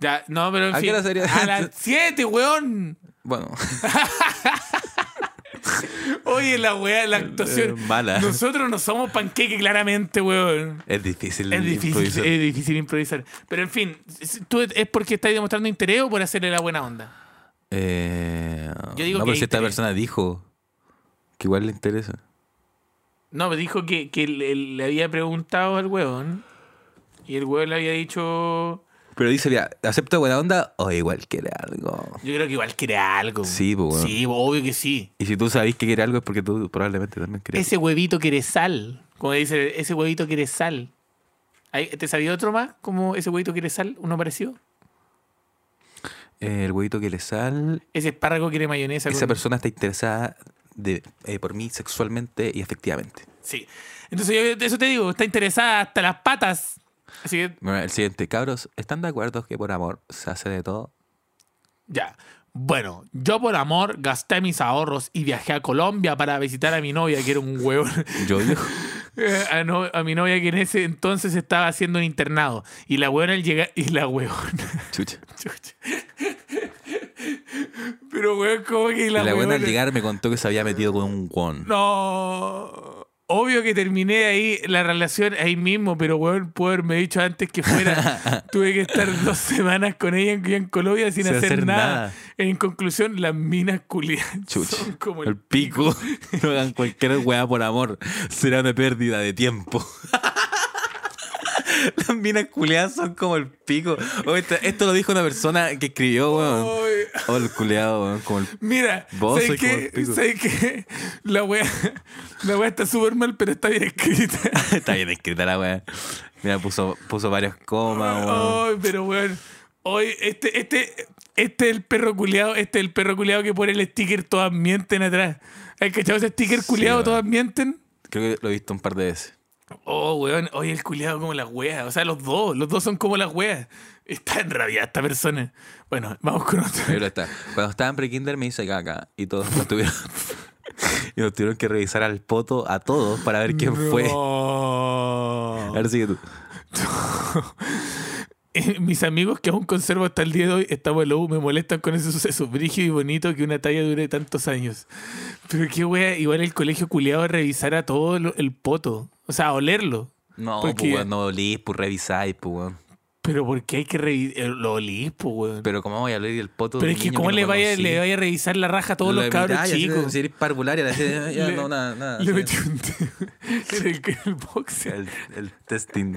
[SPEAKER 2] Ya, no, pero en
[SPEAKER 3] ¿A qué
[SPEAKER 2] fin.
[SPEAKER 3] hora sería?
[SPEAKER 2] A las 7, weón.
[SPEAKER 3] Bueno,
[SPEAKER 2] Oye, la weá, la actuación.
[SPEAKER 3] Eh, mala.
[SPEAKER 2] Nosotros no somos panqueque, claramente, weón.
[SPEAKER 3] (laughs) es difícil.
[SPEAKER 2] Es difícil, eh.
[SPEAKER 3] improvisar.
[SPEAKER 2] es difícil improvisar. Pero en fin, ¿tú es porque estáis demostrando interés o por hacerle la buena onda?
[SPEAKER 3] Eh,
[SPEAKER 2] Yo digo
[SPEAKER 3] no,
[SPEAKER 2] que
[SPEAKER 3] pero
[SPEAKER 2] hay
[SPEAKER 3] si esta
[SPEAKER 2] interés.
[SPEAKER 3] persona dijo que igual le interesa.
[SPEAKER 2] No, me dijo que, que le, le había preguntado al weón. Y el weón le había dicho.
[SPEAKER 3] Pero dice, ya, ¿acepta buena onda o igual quiere algo?
[SPEAKER 2] Yo creo que igual quiere algo.
[SPEAKER 3] Sí, po, weón.
[SPEAKER 2] Sí, obvio que sí.
[SPEAKER 3] Y si tú sabes que quiere algo es porque tú probablemente también querías.
[SPEAKER 2] Ese huevito quiere sal. Como dice, ese huevito quiere sal. Ahí, ¿Te sabía otro más? Como ese huevito quiere sal, uno parecido.
[SPEAKER 3] Eh, el huevito que le sal.
[SPEAKER 2] Ese espárrago quiere mayonesa.
[SPEAKER 3] Esa
[SPEAKER 2] con-
[SPEAKER 3] persona está interesada de, eh, por mí sexualmente y afectivamente.
[SPEAKER 2] Sí. Entonces yo de eso te digo, está interesada hasta las patas. Así que
[SPEAKER 3] Bueno, el siguiente, cabros, ¿están de acuerdo que por amor se hace de todo?
[SPEAKER 2] ya. Bueno, yo por amor gasté mis ahorros y viajé a Colombia para visitar a mi novia, que era un huevón.
[SPEAKER 3] Yo (laughs) digo.
[SPEAKER 2] Eh, a, no- a mi novia que en ese entonces estaba haciendo un internado. Y la huevona al llegar... Y la huevona...
[SPEAKER 3] Chucha.
[SPEAKER 2] Chucha. (laughs) Pero huevón, como que la,
[SPEAKER 3] La, buena al
[SPEAKER 2] huevona-
[SPEAKER 3] llegar me contó que se había metido con un guon.
[SPEAKER 2] No. Obvio que terminé ahí la relación ahí mismo, pero weón, puedo haberme dicho antes que
[SPEAKER 3] (laughs)
[SPEAKER 2] fuera. Tuve que estar dos semanas con ella en, en Colombia sin
[SPEAKER 3] Sin
[SPEAKER 2] hacer,
[SPEAKER 3] hacer
[SPEAKER 2] nada.
[SPEAKER 3] nada.
[SPEAKER 2] En conclusión, las minas culiadas
[SPEAKER 3] Chucha.
[SPEAKER 2] son como
[SPEAKER 3] El
[SPEAKER 2] el...
[SPEAKER 3] pico. (laughs) No hagan cualquier weá por amor. Será una pérdida de tiempo. (laughs) Las minas culeadas son como el pico. Oh, esto, esto lo dijo una persona que escribió, weón.
[SPEAKER 2] Ay,
[SPEAKER 3] Oh, el culeado, weón. Como el...
[SPEAKER 2] Mira,
[SPEAKER 3] Vos
[SPEAKER 2] ¿sabes
[SPEAKER 3] sois como el
[SPEAKER 2] qué?
[SPEAKER 3] pico.
[SPEAKER 2] ¿Sabes qué? La wea, la wea está súper mal, pero está bien escrita.
[SPEAKER 3] Está bien escrita la weá. Mira, puso, puso varios comas, weón.
[SPEAKER 2] Ay, pero weón. Hoy, este, este, este es el perro culiado, este es el perro culiado que pone el sticker todas mienten atrás. ¿Has cachado ese sticker
[SPEAKER 3] Sí,
[SPEAKER 2] culiado
[SPEAKER 3] weón.
[SPEAKER 2] todas mienten?
[SPEAKER 3] Creo que lo he visto un par de veces.
[SPEAKER 2] Oh, weón, hoy el culiado como las weas. O sea, los dos, los dos son como las weas. Está enrabiada esta persona. Bueno, vamos con (laughs)
[SPEAKER 3] Ahí
[SPEAKER 2] otro.
[SPEAKER 3] lo está. Cuando estaba en pre-kinder me hice caca y todos nos tuvieron, (laughs) y nos tuvieron que revisar al poto a todos para ver quién fue. A
[SPEAKER 2] No.
[SPEAKER 3] ver, sigue tú.
[SPEAKER 2] Eh, (laughs) Mis amigos que aún conservo hasta el día de hoy, estamos en la U, me molestan con ese suceso brígido y bonito que una talla dure tantos años. Pero qué wea, igual el colegio culiado revisar a todo lo- el poto. O sea, a olerlo.
[SPEAKER 3] No,
[SPEAKER 2] ¿Por
[SPEAKER 3] pues,
[SPEAKER 2] qué?
[SPEAKER 3] weón, no olís, pues revisáis, pues, weón.
[SPEAKER 2] Pero ¿por qué hay que revisar? Lo olís, po, weón. Pero,
[SPEAKER 3] Pero ¿cómo voy a oler el poto de
[SPEAKER 2] es
[SPEAKER 3] un
[SPEAKER 2] que
[SPEAKER 3] niño
[SPEAKER 2] ¿cómo
[SPEAKER 3] no
[SPEAKER 2] le, vaya,
[SPEAKER 3] conocí?
[SPEAKER 2] le vaya a revisar la raja a todos
[SPEAKER 3] Lo
[SPEAKER 2] los
[SPEAKER 3] mitad,
[SPEAKER 2] cabros
[SPEAKER 3] y así,
[SPEAKER 2] chicos?
[SPEAKER 3] Si eres parvularia, le haces, ya,
[SPEAKER 2] Le-
[SPEAKER 3] no, nada, nada.
[SPEAKER 2] Le
[SPEAKER 3] sí.
[SPEAKER 2] metí un dedo en el, en el boxer.
[SPEAKER 3] (laughs) el, el
[SPEAKER 2] (laughs)
[SPEAKER 3] testing.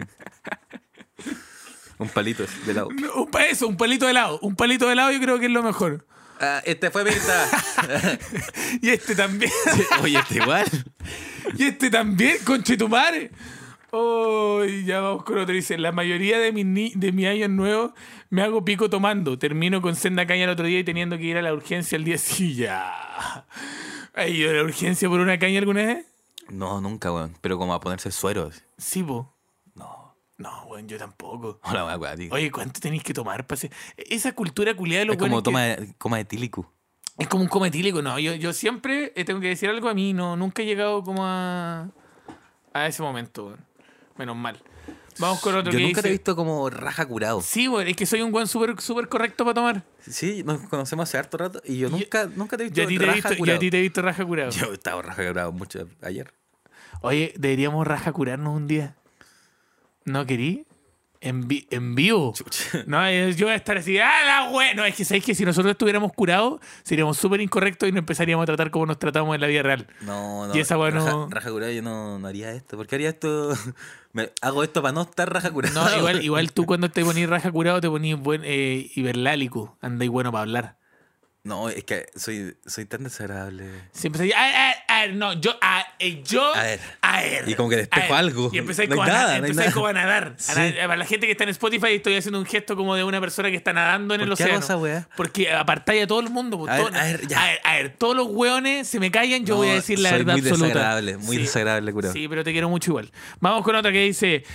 [SPEAKER 3] un palito así, de lado.
[SPEAKER 2] No, un pa- eso, un palito de lado. Un palito de lado yo creo que es lo mejor.
[SPEAKER 3] Ah, este
[SPEAKER 2] (laughs)
[SPEAKER 3] fue Mirta.
[SPEAKER 2] Y este también.
[SPEAKER 3] (laughs) Oye, este igual.
[SPEAKER 2] Y este también, conchetumare. Oh, y ya vamos con otro. Dice, la mayoría de mis, ni- de mis años nuevos me hago pico tomando. Termino con senda caña el otro día y teniendo que ir a la urgencia el día (laughs) siguiente. Ya. Ay, ¿yo a la urgencia por una caña alguna vez?
[SPEAKER 3] No, nunca, weón. Pero como a ponerse sueros.
[SPEAKER 2] Sí, po.
[SPEAKER 3] No.
[SPEAKER 2] No, bueno, yo tampoco.
[SPEAKER 3] Hola, weón, weón, tío.
[SPEAKER 2] Oye, ¿cuánto tenéis que tomar para hacer- Esa cultura culiada de los
[SPEAKER 3] Es como
[SPEAKER 2] buenos que-
[SPEAKER 3] toma, coma etílico.
[SPEAKER 2] Es como un cometílico, no. Yo, yo siempre eh, tengo que decir algo a mí, no, nunca he llegado como a, a ese momento, weón. Menos mal. Vamos con otro
[SPEAKER 3] Yo
[SPEAKER 2] que
[SPEAKER 3] nunca te he
[SPEAKER 2] dice-
[SPEAKER 3] visto como raja curado.
[SPEAKER 2] Sí, weón, es que soy un buen súper super correcto para tomar.
[SPEAKER 3] Sí, nos conocemos hace harto rato y yo
[SPEAKER 2] Yo-
[SPEAKER 3] nunca, nunca te he visto
[SPEAKER 2] Yo a ti te he
[SPEAKER 3] raja
[SPEAKER 2] visto, yo a
[SPEAKER 3] curado.
[SPEAKER 2] ti te he visto raja curado.
[SPEAKER 3] Yo estaba raja curado mucho ayer.
[SPEAKER 2] Oye, deberíamos raja curarnos un día. ¿No querí? En, vi- en vivo. (laughs)
[SPEAKER 3] Chucha.
[SPEAKER 2] No, es- yo voy a estar así, ¡ah, la wea! No, es que sabéis que si nosotros estuviéramos curados, seríamos súper incorrectos y nos empezaríamos a tratar como nos tratamos en la vida real.
[SPEAKER 3] No, no.
[SPEAKER 2] Y esa weá
[SPEAKER 3] raja,
[SPEAKER 2] no-
[SPEAKER 3] raja curada yo no, no haría esto. ¿Por qué haría esto? (laughs) Me- hago esto para no estar raja curada. (laughs)
[SPEAKER 2] No, igual, igual tú cuando te ponís raja curado te ponís buen, eh, iberlálico. Andáis bueno para hablar.
[SPEAKER 3] No, es que soy, soy tan desagradable.
[SPEAKER 2] Siempre se dice, "Ah, ah, ah, no, yo, ah, eh, yo,
[SPEAKER 3] A ver.
[SPEAKER 2] a ver,
[SPEAKER 3] Y como que
[SPEAKER 2] a
[SPEAKER 3] despejo
[SPEAKER 2] ver".
[SPEAKER 3] algo.
[SPEAKER 2] Y empezáis
[SPEAKER 3] No hay
[SPEAKER 2] como, a na-
[SPEAKER 3] nada, no hay
[SPEAKER 2] empezáis
[SPEAKER 3] nada.
[SPEAKER 2] como a
[SPEAKER 3] (laughs)
[SPEAKER 2] nadar. A na-
[SPEAKER 3] Sí.
[SPEAKER 2] Para la gente que está en Spotify estoy haciendo un gesto como de una persona que está nadando en
[SPEAKER 3] ¿Por
[SPEAKER 2] el
[SPEAKER 3] qué hago
[SPEAKER 2] océano.
[SPEAKER 3] esa weá?
[SPEAKER 2] Porque apartáis a todo el mundo. po,
[SPEAKER 3] A
[SPEAKER 2] todo-
[SPEAKER 3] ver, a ver, ya.
[SPEAKER 2] a ver, a ver, todos los hueones se me callan, yo
[SPEAKER 3] No,
[SPEAKER 2] voy a decir la
[SPEAKER 3] soy
[SPEAKER 2] verdad
[SPEAKER 3] muy
[SPEAKER 2] absoluta.
[SPEAKER 3] desagradable, muy
[SPEAKER 2] Sí.
[SPEAKER 3] desagradable, curado.
[SPEAKER 2] Sí, pero te quiero mucho igual. Vamos con otra que dice.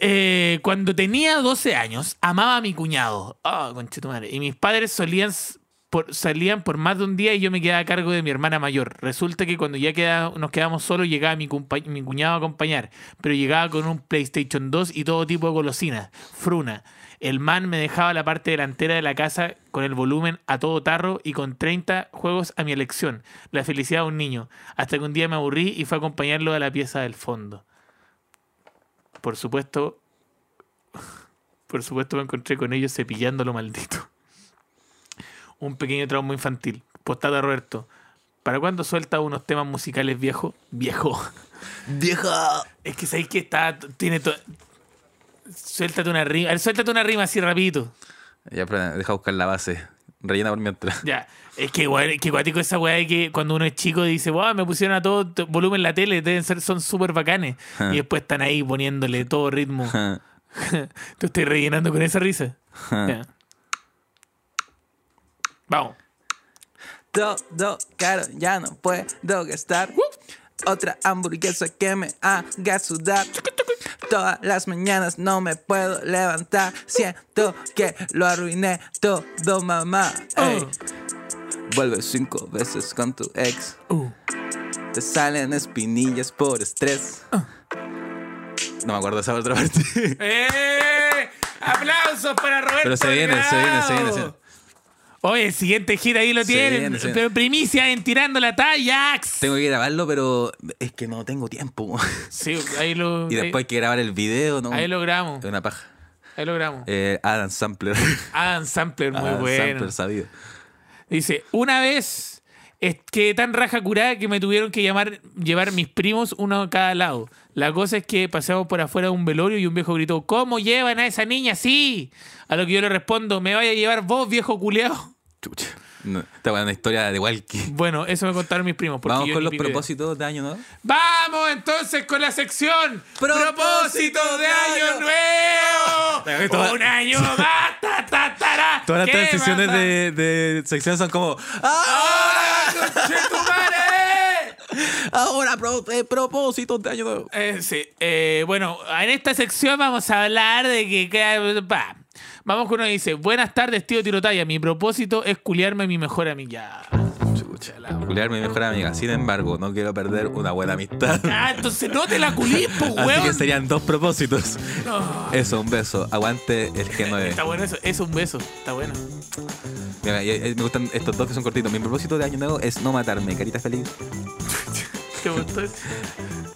[SPEAKER 2] eh, cuando tenía 12 años, amaba a mi cuñado. Ah, conchetumare. Y mis padres solían s- por- salían por más de un día y yo me quedaba a cargo de mi hermana mayor. Resulta que cuando ya queda- nos quedamos solos, llegaba mi, compa- mi cuñado a acompañar. Pero llegaba con un PlayStation 2 y todo tipo de golosinas, fruna. El man me dejaba la parte delantera de la casa con el volumen a todo tarro y con 30 juegos a mi elección. La felicidad de un niño. Hasta que un día me aburrí y fue a acompañarlo a la pieza del fondo. Por supuesto, (laughs) por supuesto me encontré con ellos cepillando lo maldito. Un pequeño trauma infantil. Postata Roberto. ¿Para cuándo suelta unos temas musicales viejo? Viejo. (laughs)
[SPEAKER 3] ¡Vieja!
[SPEAKER 2] Es que sabéis que está. Tiene todo. Suéltate una rima. a ver, Suéltate una rima así rapidito.
[SPEAKER 3] Ya, espera, deja buscar la base. Rellena por mientras. (laughs)
[SPEAKER 2] Ya, es que igual, que cuático esa weá de que cuando uno es chico dice, wow, me pusieron a todo t- volumen la tele, deben ser, son súper bacanes. Y después están ahí poniéndole todo ritmo. Te estoy rellenando con esa risa. Ya. Vamos.
[SPEAKER 3] Todo caro, ya no puedo gastar. Otra hamburguesa que me haga sudar. Todas las mañanas no me puedo levantar. Siento que lo arruiné todo, mamá. Ey. Vuelve cinco veces con tu ex.
[SPEAKER 2] Uh, uh.
[SPEAKER 3] Te salen espinillas por estrés. No me acuerdo esa otra parte. (laughs)
[SPEAKER 2] ¡Eh! ¡Aplausos para Roberto!
[SPEAKER 3] Pero se viene, se viene, se viene, se viene.
[SPEAKER 2] Delgado! Oye, el siguiente gira ahí lo
[SPEAKER 3] Se
[SPEAKER 2] tienen.
[SPEAKER 3] viene, se viene.
[SPEAKER 2] Pero primicia en tirando la talla.
[SPEAKER 3] Tengo que grabarlo, pero es que no tengo tiempo. (laughs)
[SPEAKER 2] Sí, ahí lo.
[SPEAKER 3] Y después hay que grabar el video, ¿no?
[SPEAKER 2] Ahí, ahí logramos.
[SPEAKER 3] Es una paja.
[SPEAKER 2] Ahí logramos.
[SPEAKER 3] Eh, Adam Sampler.
[SPEAKER 2] Adam Sampler, (laughs) muy
[SPEAKER 3] Adam
[SPEAKER 2] bueno.
[SPEAKER 3] Sampler sabido.
[SPEAKER 2] Dice, una vez es que tan raja curada que me tuvieron que llamar, llevar mis primos uno a cada lado. La cosa es que pasamos por afuera de un velorio y un viejo gritó, ¿cómo llevan a esa niña así? A lo que yo le respondo, me vaya a llevar vos, viejo culeado.
[SPEAKER 3] Chucha. No, esta es una historia de Walkie.
[SPEAKER 2] (laughs) Bueno, eso me contaron mis primos. porque
[SPEAKER 3] Vamos
[SPEAKER 2] yo
[SPEAKER 3] con
[SPEAKER 2] ni
[SPEAKER 3] los
[SPEAKER 2] pico idea.
[SPEAKER 3] propósitos de año, ¿no?
[SPEAKER 2] Vamos entonces con la sección
[SPEAKER 3] Propósito
[SPEAKER 2] Propósito de
[SPEAKER 3] de
[SPEAKER 2] Año
[SPEAKER 3] Año
[SPEAKER 2] Nuevo.
[SPEAKER 3] Toda-
[SPEAKER 2] Un año más. ta, ta, tará.
[SPEAKER 3] Todas las
[SPEAKER 2] ¿Qué
[SPEAKER 3] transiciones
[SPEAKER 2] más da?
[SPEAKER 3] de, de sección son como "Ah,
[SPEAKER 2] ¡Ahora, conchetumare!
[SPEAKER 3] Ahora, pro- eh, propósitos de año nuevo.
[SPEAKER 2] Eh, sí, eh, bueno, en esta sección vamos a hablar de que. que- pa. Vamos con uno que dice: Buenas tardes, tío Tirotaya. Mi propósito es culiarme a mi mejor amiga.
[SPEAKER 3] Chucha, la- Julián, mi mejor amiga. Sin embargo, no quiero perder una
[SPEAKER 2] (laughs)
[SPEAKER 3] buena amistad.
[SPEAKER 2] Ah, entonces no te la culís, po,
[SPEAKER 3] Así que
[SPEAKER 2] weón.
[SPEAKER 3] serían dos propósitos.
[SPEAKER 2] No.
[SPEAKER 3] Eso, un beso. Aguante el
[SPEAKER 2] Está
[SPEAKER 3] G9.
[SPEAKER 2] bueno eso, es un beso, está bueno.
[SPEAKER 3] Mira, y- y me gustan estos dos que son cortitos. Mi propósito de año nuevo es no matarme. Carita feliz.
[SPEAKER 2] ¿Te gustó eso?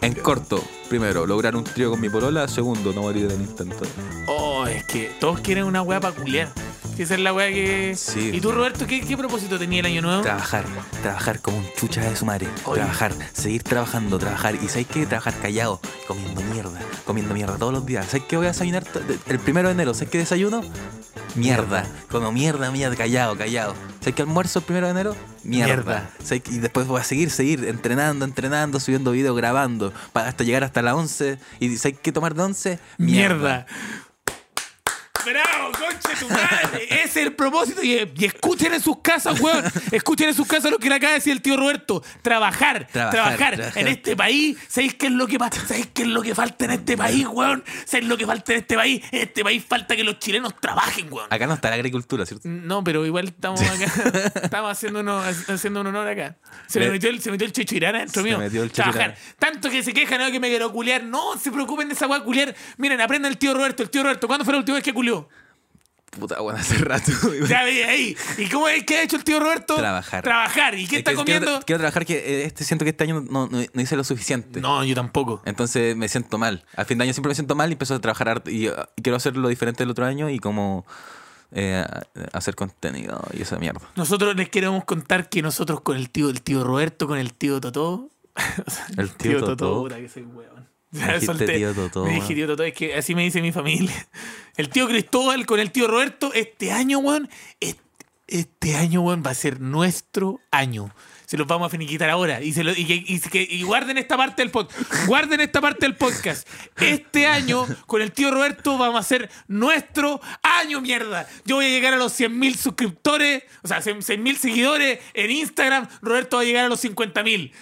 [SPEAKER 3] En corto, primero, lograr un trío con mi polola. Segundo, no morir en el intento.
[SPEAKER 2] Oh, es que todos quieren una weá para culiar. Que Esa es la weá que.
[SPEAKER 3] Sí.
[SPEAKER 2] ¿Y tú, Roberto, qué, qué propósito tenía el año nuevo?
[SPEAKER 3] Trabajar, trabajar como un chucha de su madre.
[SPEAKER 2] Oye.
[SPEAKER 3] Trabajar, seguir trabajando, trabajar. ¿Y sabes qué? Trabajar callado, comiendo mierda, comiendo mierda todos los días. ¿Sabes qué voy a desayunar to- de- el primero de enero? ¿Sabes qué desayuno? Mierda, como mierda, mierda, callado, callado. ¿Sabes qué almuerzo el primero de enero? Mierda.
[SPEAKER 2] Mierda.
[SPEAKER 3] ¿Sabes qué? Y después voy a seguir, seguir entrenando, entrenando, subiendo videos, grabando, para hasta llegar hasta las 11. ¿Y sabes qué tomar de 11?
[SPEAKER 2] Mierda. Bravo, conche tu madre. Ese es el propósito. Y, y escuchen en sus casas, weón. Escuchen en sus casas lo que le acaba de decir el tío Roberto. Trabajar, trabajar.
[SPEAKER 3] Trabajar, trabajar.
[SPEAKER 2] En este país, ¿sabéis qué es lo que pa- ¿Sabéis qué es lo que falta en este país, weón? ¿Sabéis lo que falta en este país? En este país falta que los chilenos trabajen, weón.
[SPEAKER 3] Acá no está la agricultura, ¿cierto?
[SPEAKER 2] No, pero igual estamos
[SPEAKER 3] (laughs)
[SPEAKER 2] acá. estamos haciendo, uno, haciendo un honor acá. Se me,
[SPEAKER 3] Me-
[SPEAKER 2] metió el, se metió el Checho Irana dentro
[SPEAKER 3] Se
[SPEAKER 2] mío.
[SPEAKER 3] metió el Checho
[SPEAKER 2] Trabajar. Tanto que se quejan, no, que me quiero culiar. No, se preocupen de esa weá culiar. Miren, aprendan el tío Roberto. El tío Roberto, ¿cuándo fue la última vez que culió?
[SPEAKER 3] Puta, bueno, hace rato. (laughs) digo,
[SPEAKER 2] Ya, ve, ahí. ¿Y cómo es que ha hecho el tío Roberto?
[SPEAKER 3] Trabajar.
[SPEAKER 2] Trabajar. ¿Y qué
[SPEAKER 3] es
[SPEAKER 2] está
[SPEAKER 3] que
[SPEAKER 2] comiendo?
[SPEAKER 3] Quiero, quiero trabajar que eh, este, siento que este año no, no- no hice lo suficiente.
[SPEAKER 2] No, yo tampoco.
[SPEAKER 3] Entonces me siento mal. A fin de año siempre me siento mal y empiezo a trabajar harto. Y, ah, y quiero hacer lo diferente del otro año y como eh, hacer contenido y esa mierda. (laughs)
[SPEAKER 2] Nosotros les queremos contar que nosotros con el tío, el tío Roberto, con el tío Totó. (laughs) o sea,
[SPEAKER 3] El tío Totó.
[SPEAKER 2] puta, que soy un weón. (laughs)
[SPEAKER 3] Me dijiste tío Totó,
[SPEAKER 2] Me
[SPEAKER 3] weón.
[SPEAKER 2] dije tío Totó, es que así me dice mi familia. (laughs) El tío Cristóbal con el tío Roberto, este año, weón, este, este año, weón, va a ser nuestro año. Se los vamos a finiquitar ahora. Y, se lo- y, que- y que- y guarden esta parte del podcast. Guarden esta parte del podcast. Este año, con el tío Roberto, vamos a hacer nuestro año, mierda. Yo voy a llegar a los 100.000 suscriptores, o sea, 100.000 seguidores en Instagram. Roberto va a llegar a los 50.000.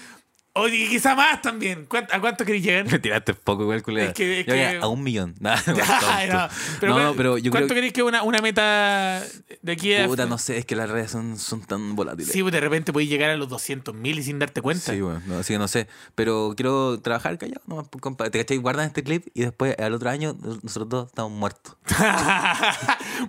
[SPEAKER 2] Oye, y quizá más también. ¿Cuánto- ¿A cuánto queréis llegar?
[SPEAKER 3] Me tiraste poco igual, culera.
[SPEAKER 2] Es que- es
[SPEAKER 3] Yo
[SPEAKER 2] que-
[SPEAKER 3] ya, A un millón. (laughs) Nah,
[SPEAKER 2] (laughs) Ay,
[SPEAKER 3] tonto.
[SPEAKER 2] no. Pero,
[SPEAKER 3] No, pero yo creo
[SPEAKER 2] ¿Cuánto
[SPEAKER 3] que.
[SPEAKER 2] creéis que es una, una meta de aquí a.?
[SPEAKER 3] Puta, no sé, es que las redes son, son tan volátiles.
[SPEAKER 2] Sí, pues de repente podéis llegar a los 200.000 y sin darte cuenta.
[SPEAKER 3] Sí, bueno, no, así que no sé. Pero quiero trabajar callado, nomás, pues, compa. ¿Te cachai? Guardan este clip y después al otro año nosotros dos estamos muertos.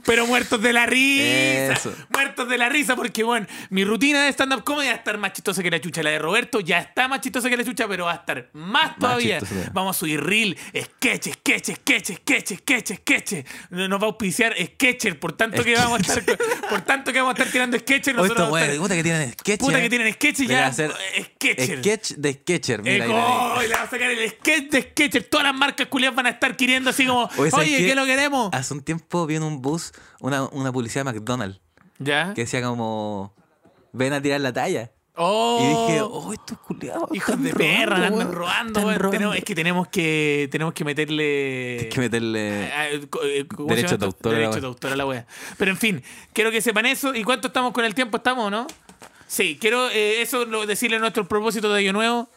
[SPEAKER 2] Pero muertos de la risa.
[SPEAKER 3] Eso.
[SPEAKER 2] Muertos de la risa, porque bueno, mi rutina de stand-up comedy va a estar más chistosa que la chucha. La de Roberto ya está más chistosa que la chucha, pero va a estar más todavía.
[SPEAKER 3] chistosa todavía.
[SPEAKER 2] Vamos a subir reel, sketch, sketch, sketch, sketch, sketch, sketch. Nos va a auspiciar Sketcher, por tanto que
[SPEAKER 3] Sketch.
[SPEAKER 2] vamos a estar por tanto que vamos a estar tirando Sketcher,
[SPEAKER 3] (laughs) Hoy
[SPEAKER 2] nosotros
[SPEAKER 3] estos
[SPEAKER 2] vamos a
[SPEAKER 3] güeyes,
[SPEAKER 2] estar-
[SPEAKER 3] puta que tienen sketch.
[SPEAKER 2] Puta
[SPEAKER 3] eh.
[SPEAKER 2] que tienen sketch y
[SPEAKER 3] Voy a
[SPEAKER 2] ya,
[SPEAKER 3] hacer
[SPEAKER 2] eh, sketcher.
[SPEAKER 3] Sketch de sketcher. Mira,
[SPEAKER 2] Eh,
[SPEAKER 3] ahí, ahí, ahí.
[SPEAKER 2] ¡oh! Y le va a sacar el sketch de Sketcher. Todas las marcas culiadas van a estar queriendo así como, oye,
[SPEAKER 3] ¿sabes Ah,
[SPEAKER 2] ¿qué? lo queremos?
[SPEAKER 3] Hace un tiempo vi en un bus una, una publicidad de McDonald's
[SPEAKER 2] ¿Ya?
[SPEAKER 3] que decía como, ven a tirar la talla.
[SPEAKER 2] Oh,
[SPEAKER 3] Y dije, oh, estos culiados.
[SPEAKER 2] hijos
[SPEAKER 3] están
[SPEAKER 2] de perra,
[SPEAKER 3] robando,
[SPEAKER 2] andan
[SPEAKER 3] weón,
[SPEAKER 2] robando,
[SPEAKER 3] están
[SPEAKER 2] weón.
[SPEAKER 3] robando.
[SPEAKER 2] Tenemos- es que tenemos que tenemos que meterle
[SPEAKER 3] Hay que meterle...
[SPEAKER 2] Ah, eh, co- eh, ¿cómo se
[SPEAKER 3] Derecho
[SPEAKER 2] llama esto?
[SPEAKER 3] de autor a la
[SPEAKER 2] Derecho
[SPEAKER 3] wea.
[SPEAKER 2] de autor a la wea. Pero en fin, quiero que sepan eso. ¿Y cuánto estamos con el tiempo? ¿Estamos o no? Sí, quiero eh, eso lo- decirle nuestro propósito de Año Nuevo.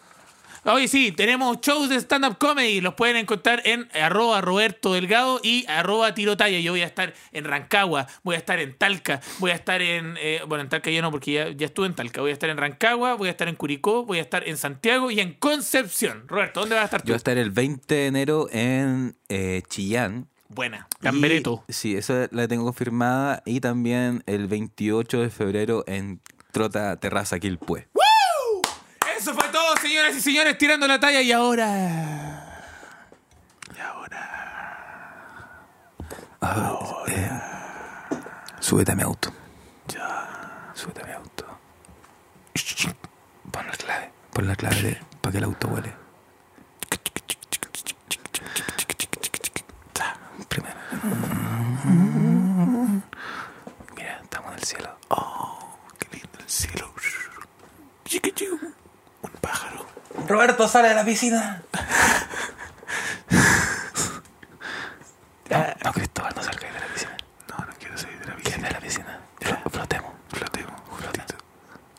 [SPEAKER 2] Oye, sí, tenemos shows de stand-up comedy. Los pueden encontrar en arroba Roberto Delgado y arroba Tirotalla. Yo voy a estar en Rancagua, voy a estar en Talca, voy a estar en... eh, bueno, en Talca yo no, porque ya, ya estuve en Talca. Voy a estar en Rancagua, voy a estar en Curicó, voy a estar en Santiago y en Concepción. Roberto, ¿dónde vas a estar
[SPEAKER 3] Yo
[SPEAKER 2] tú?
[SPEAKER 3] voy a estar el 20 de enero en eh, Chillán.
[SPEAKER 2] Buena. Cambereto.
[SPEAKER 3] Y- sí, esa la tengo confirmada. Y también el 28 de febrero en Trota Terraza Quilpue.
[SPEAKER 2] Eso fue todo, señoras y señores, tirando la talla y ahora.
[SPEAKER 3] Súbete a mi auto. Ya. Súbete a mi auto. Pon la clave. Pon la clave para que el auto huele. Primero. Mira, estamos en el cielo. Oh, qué lindo el cielo. Un pájaro. Roberto sale de la piscina. No, no, Cristóbal, no salgáis de la piscina. No, no quiero salir de la piscina. de la piscina? Flo- Flotemos. Flotemos, Flota.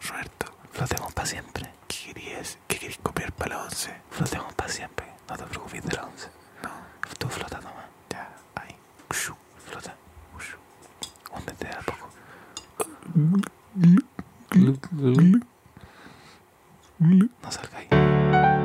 [SPEAKER 3] Roberto. Flotemos para siempre. ¿Qué querías? ¿Qué querías comer para la once? Flotemos para siempre. No te preocupes de la once. No. Tú flota nomás. Ya, ahí. Shoo, Flota. Shoo. Húndete de a poco. No salgáis.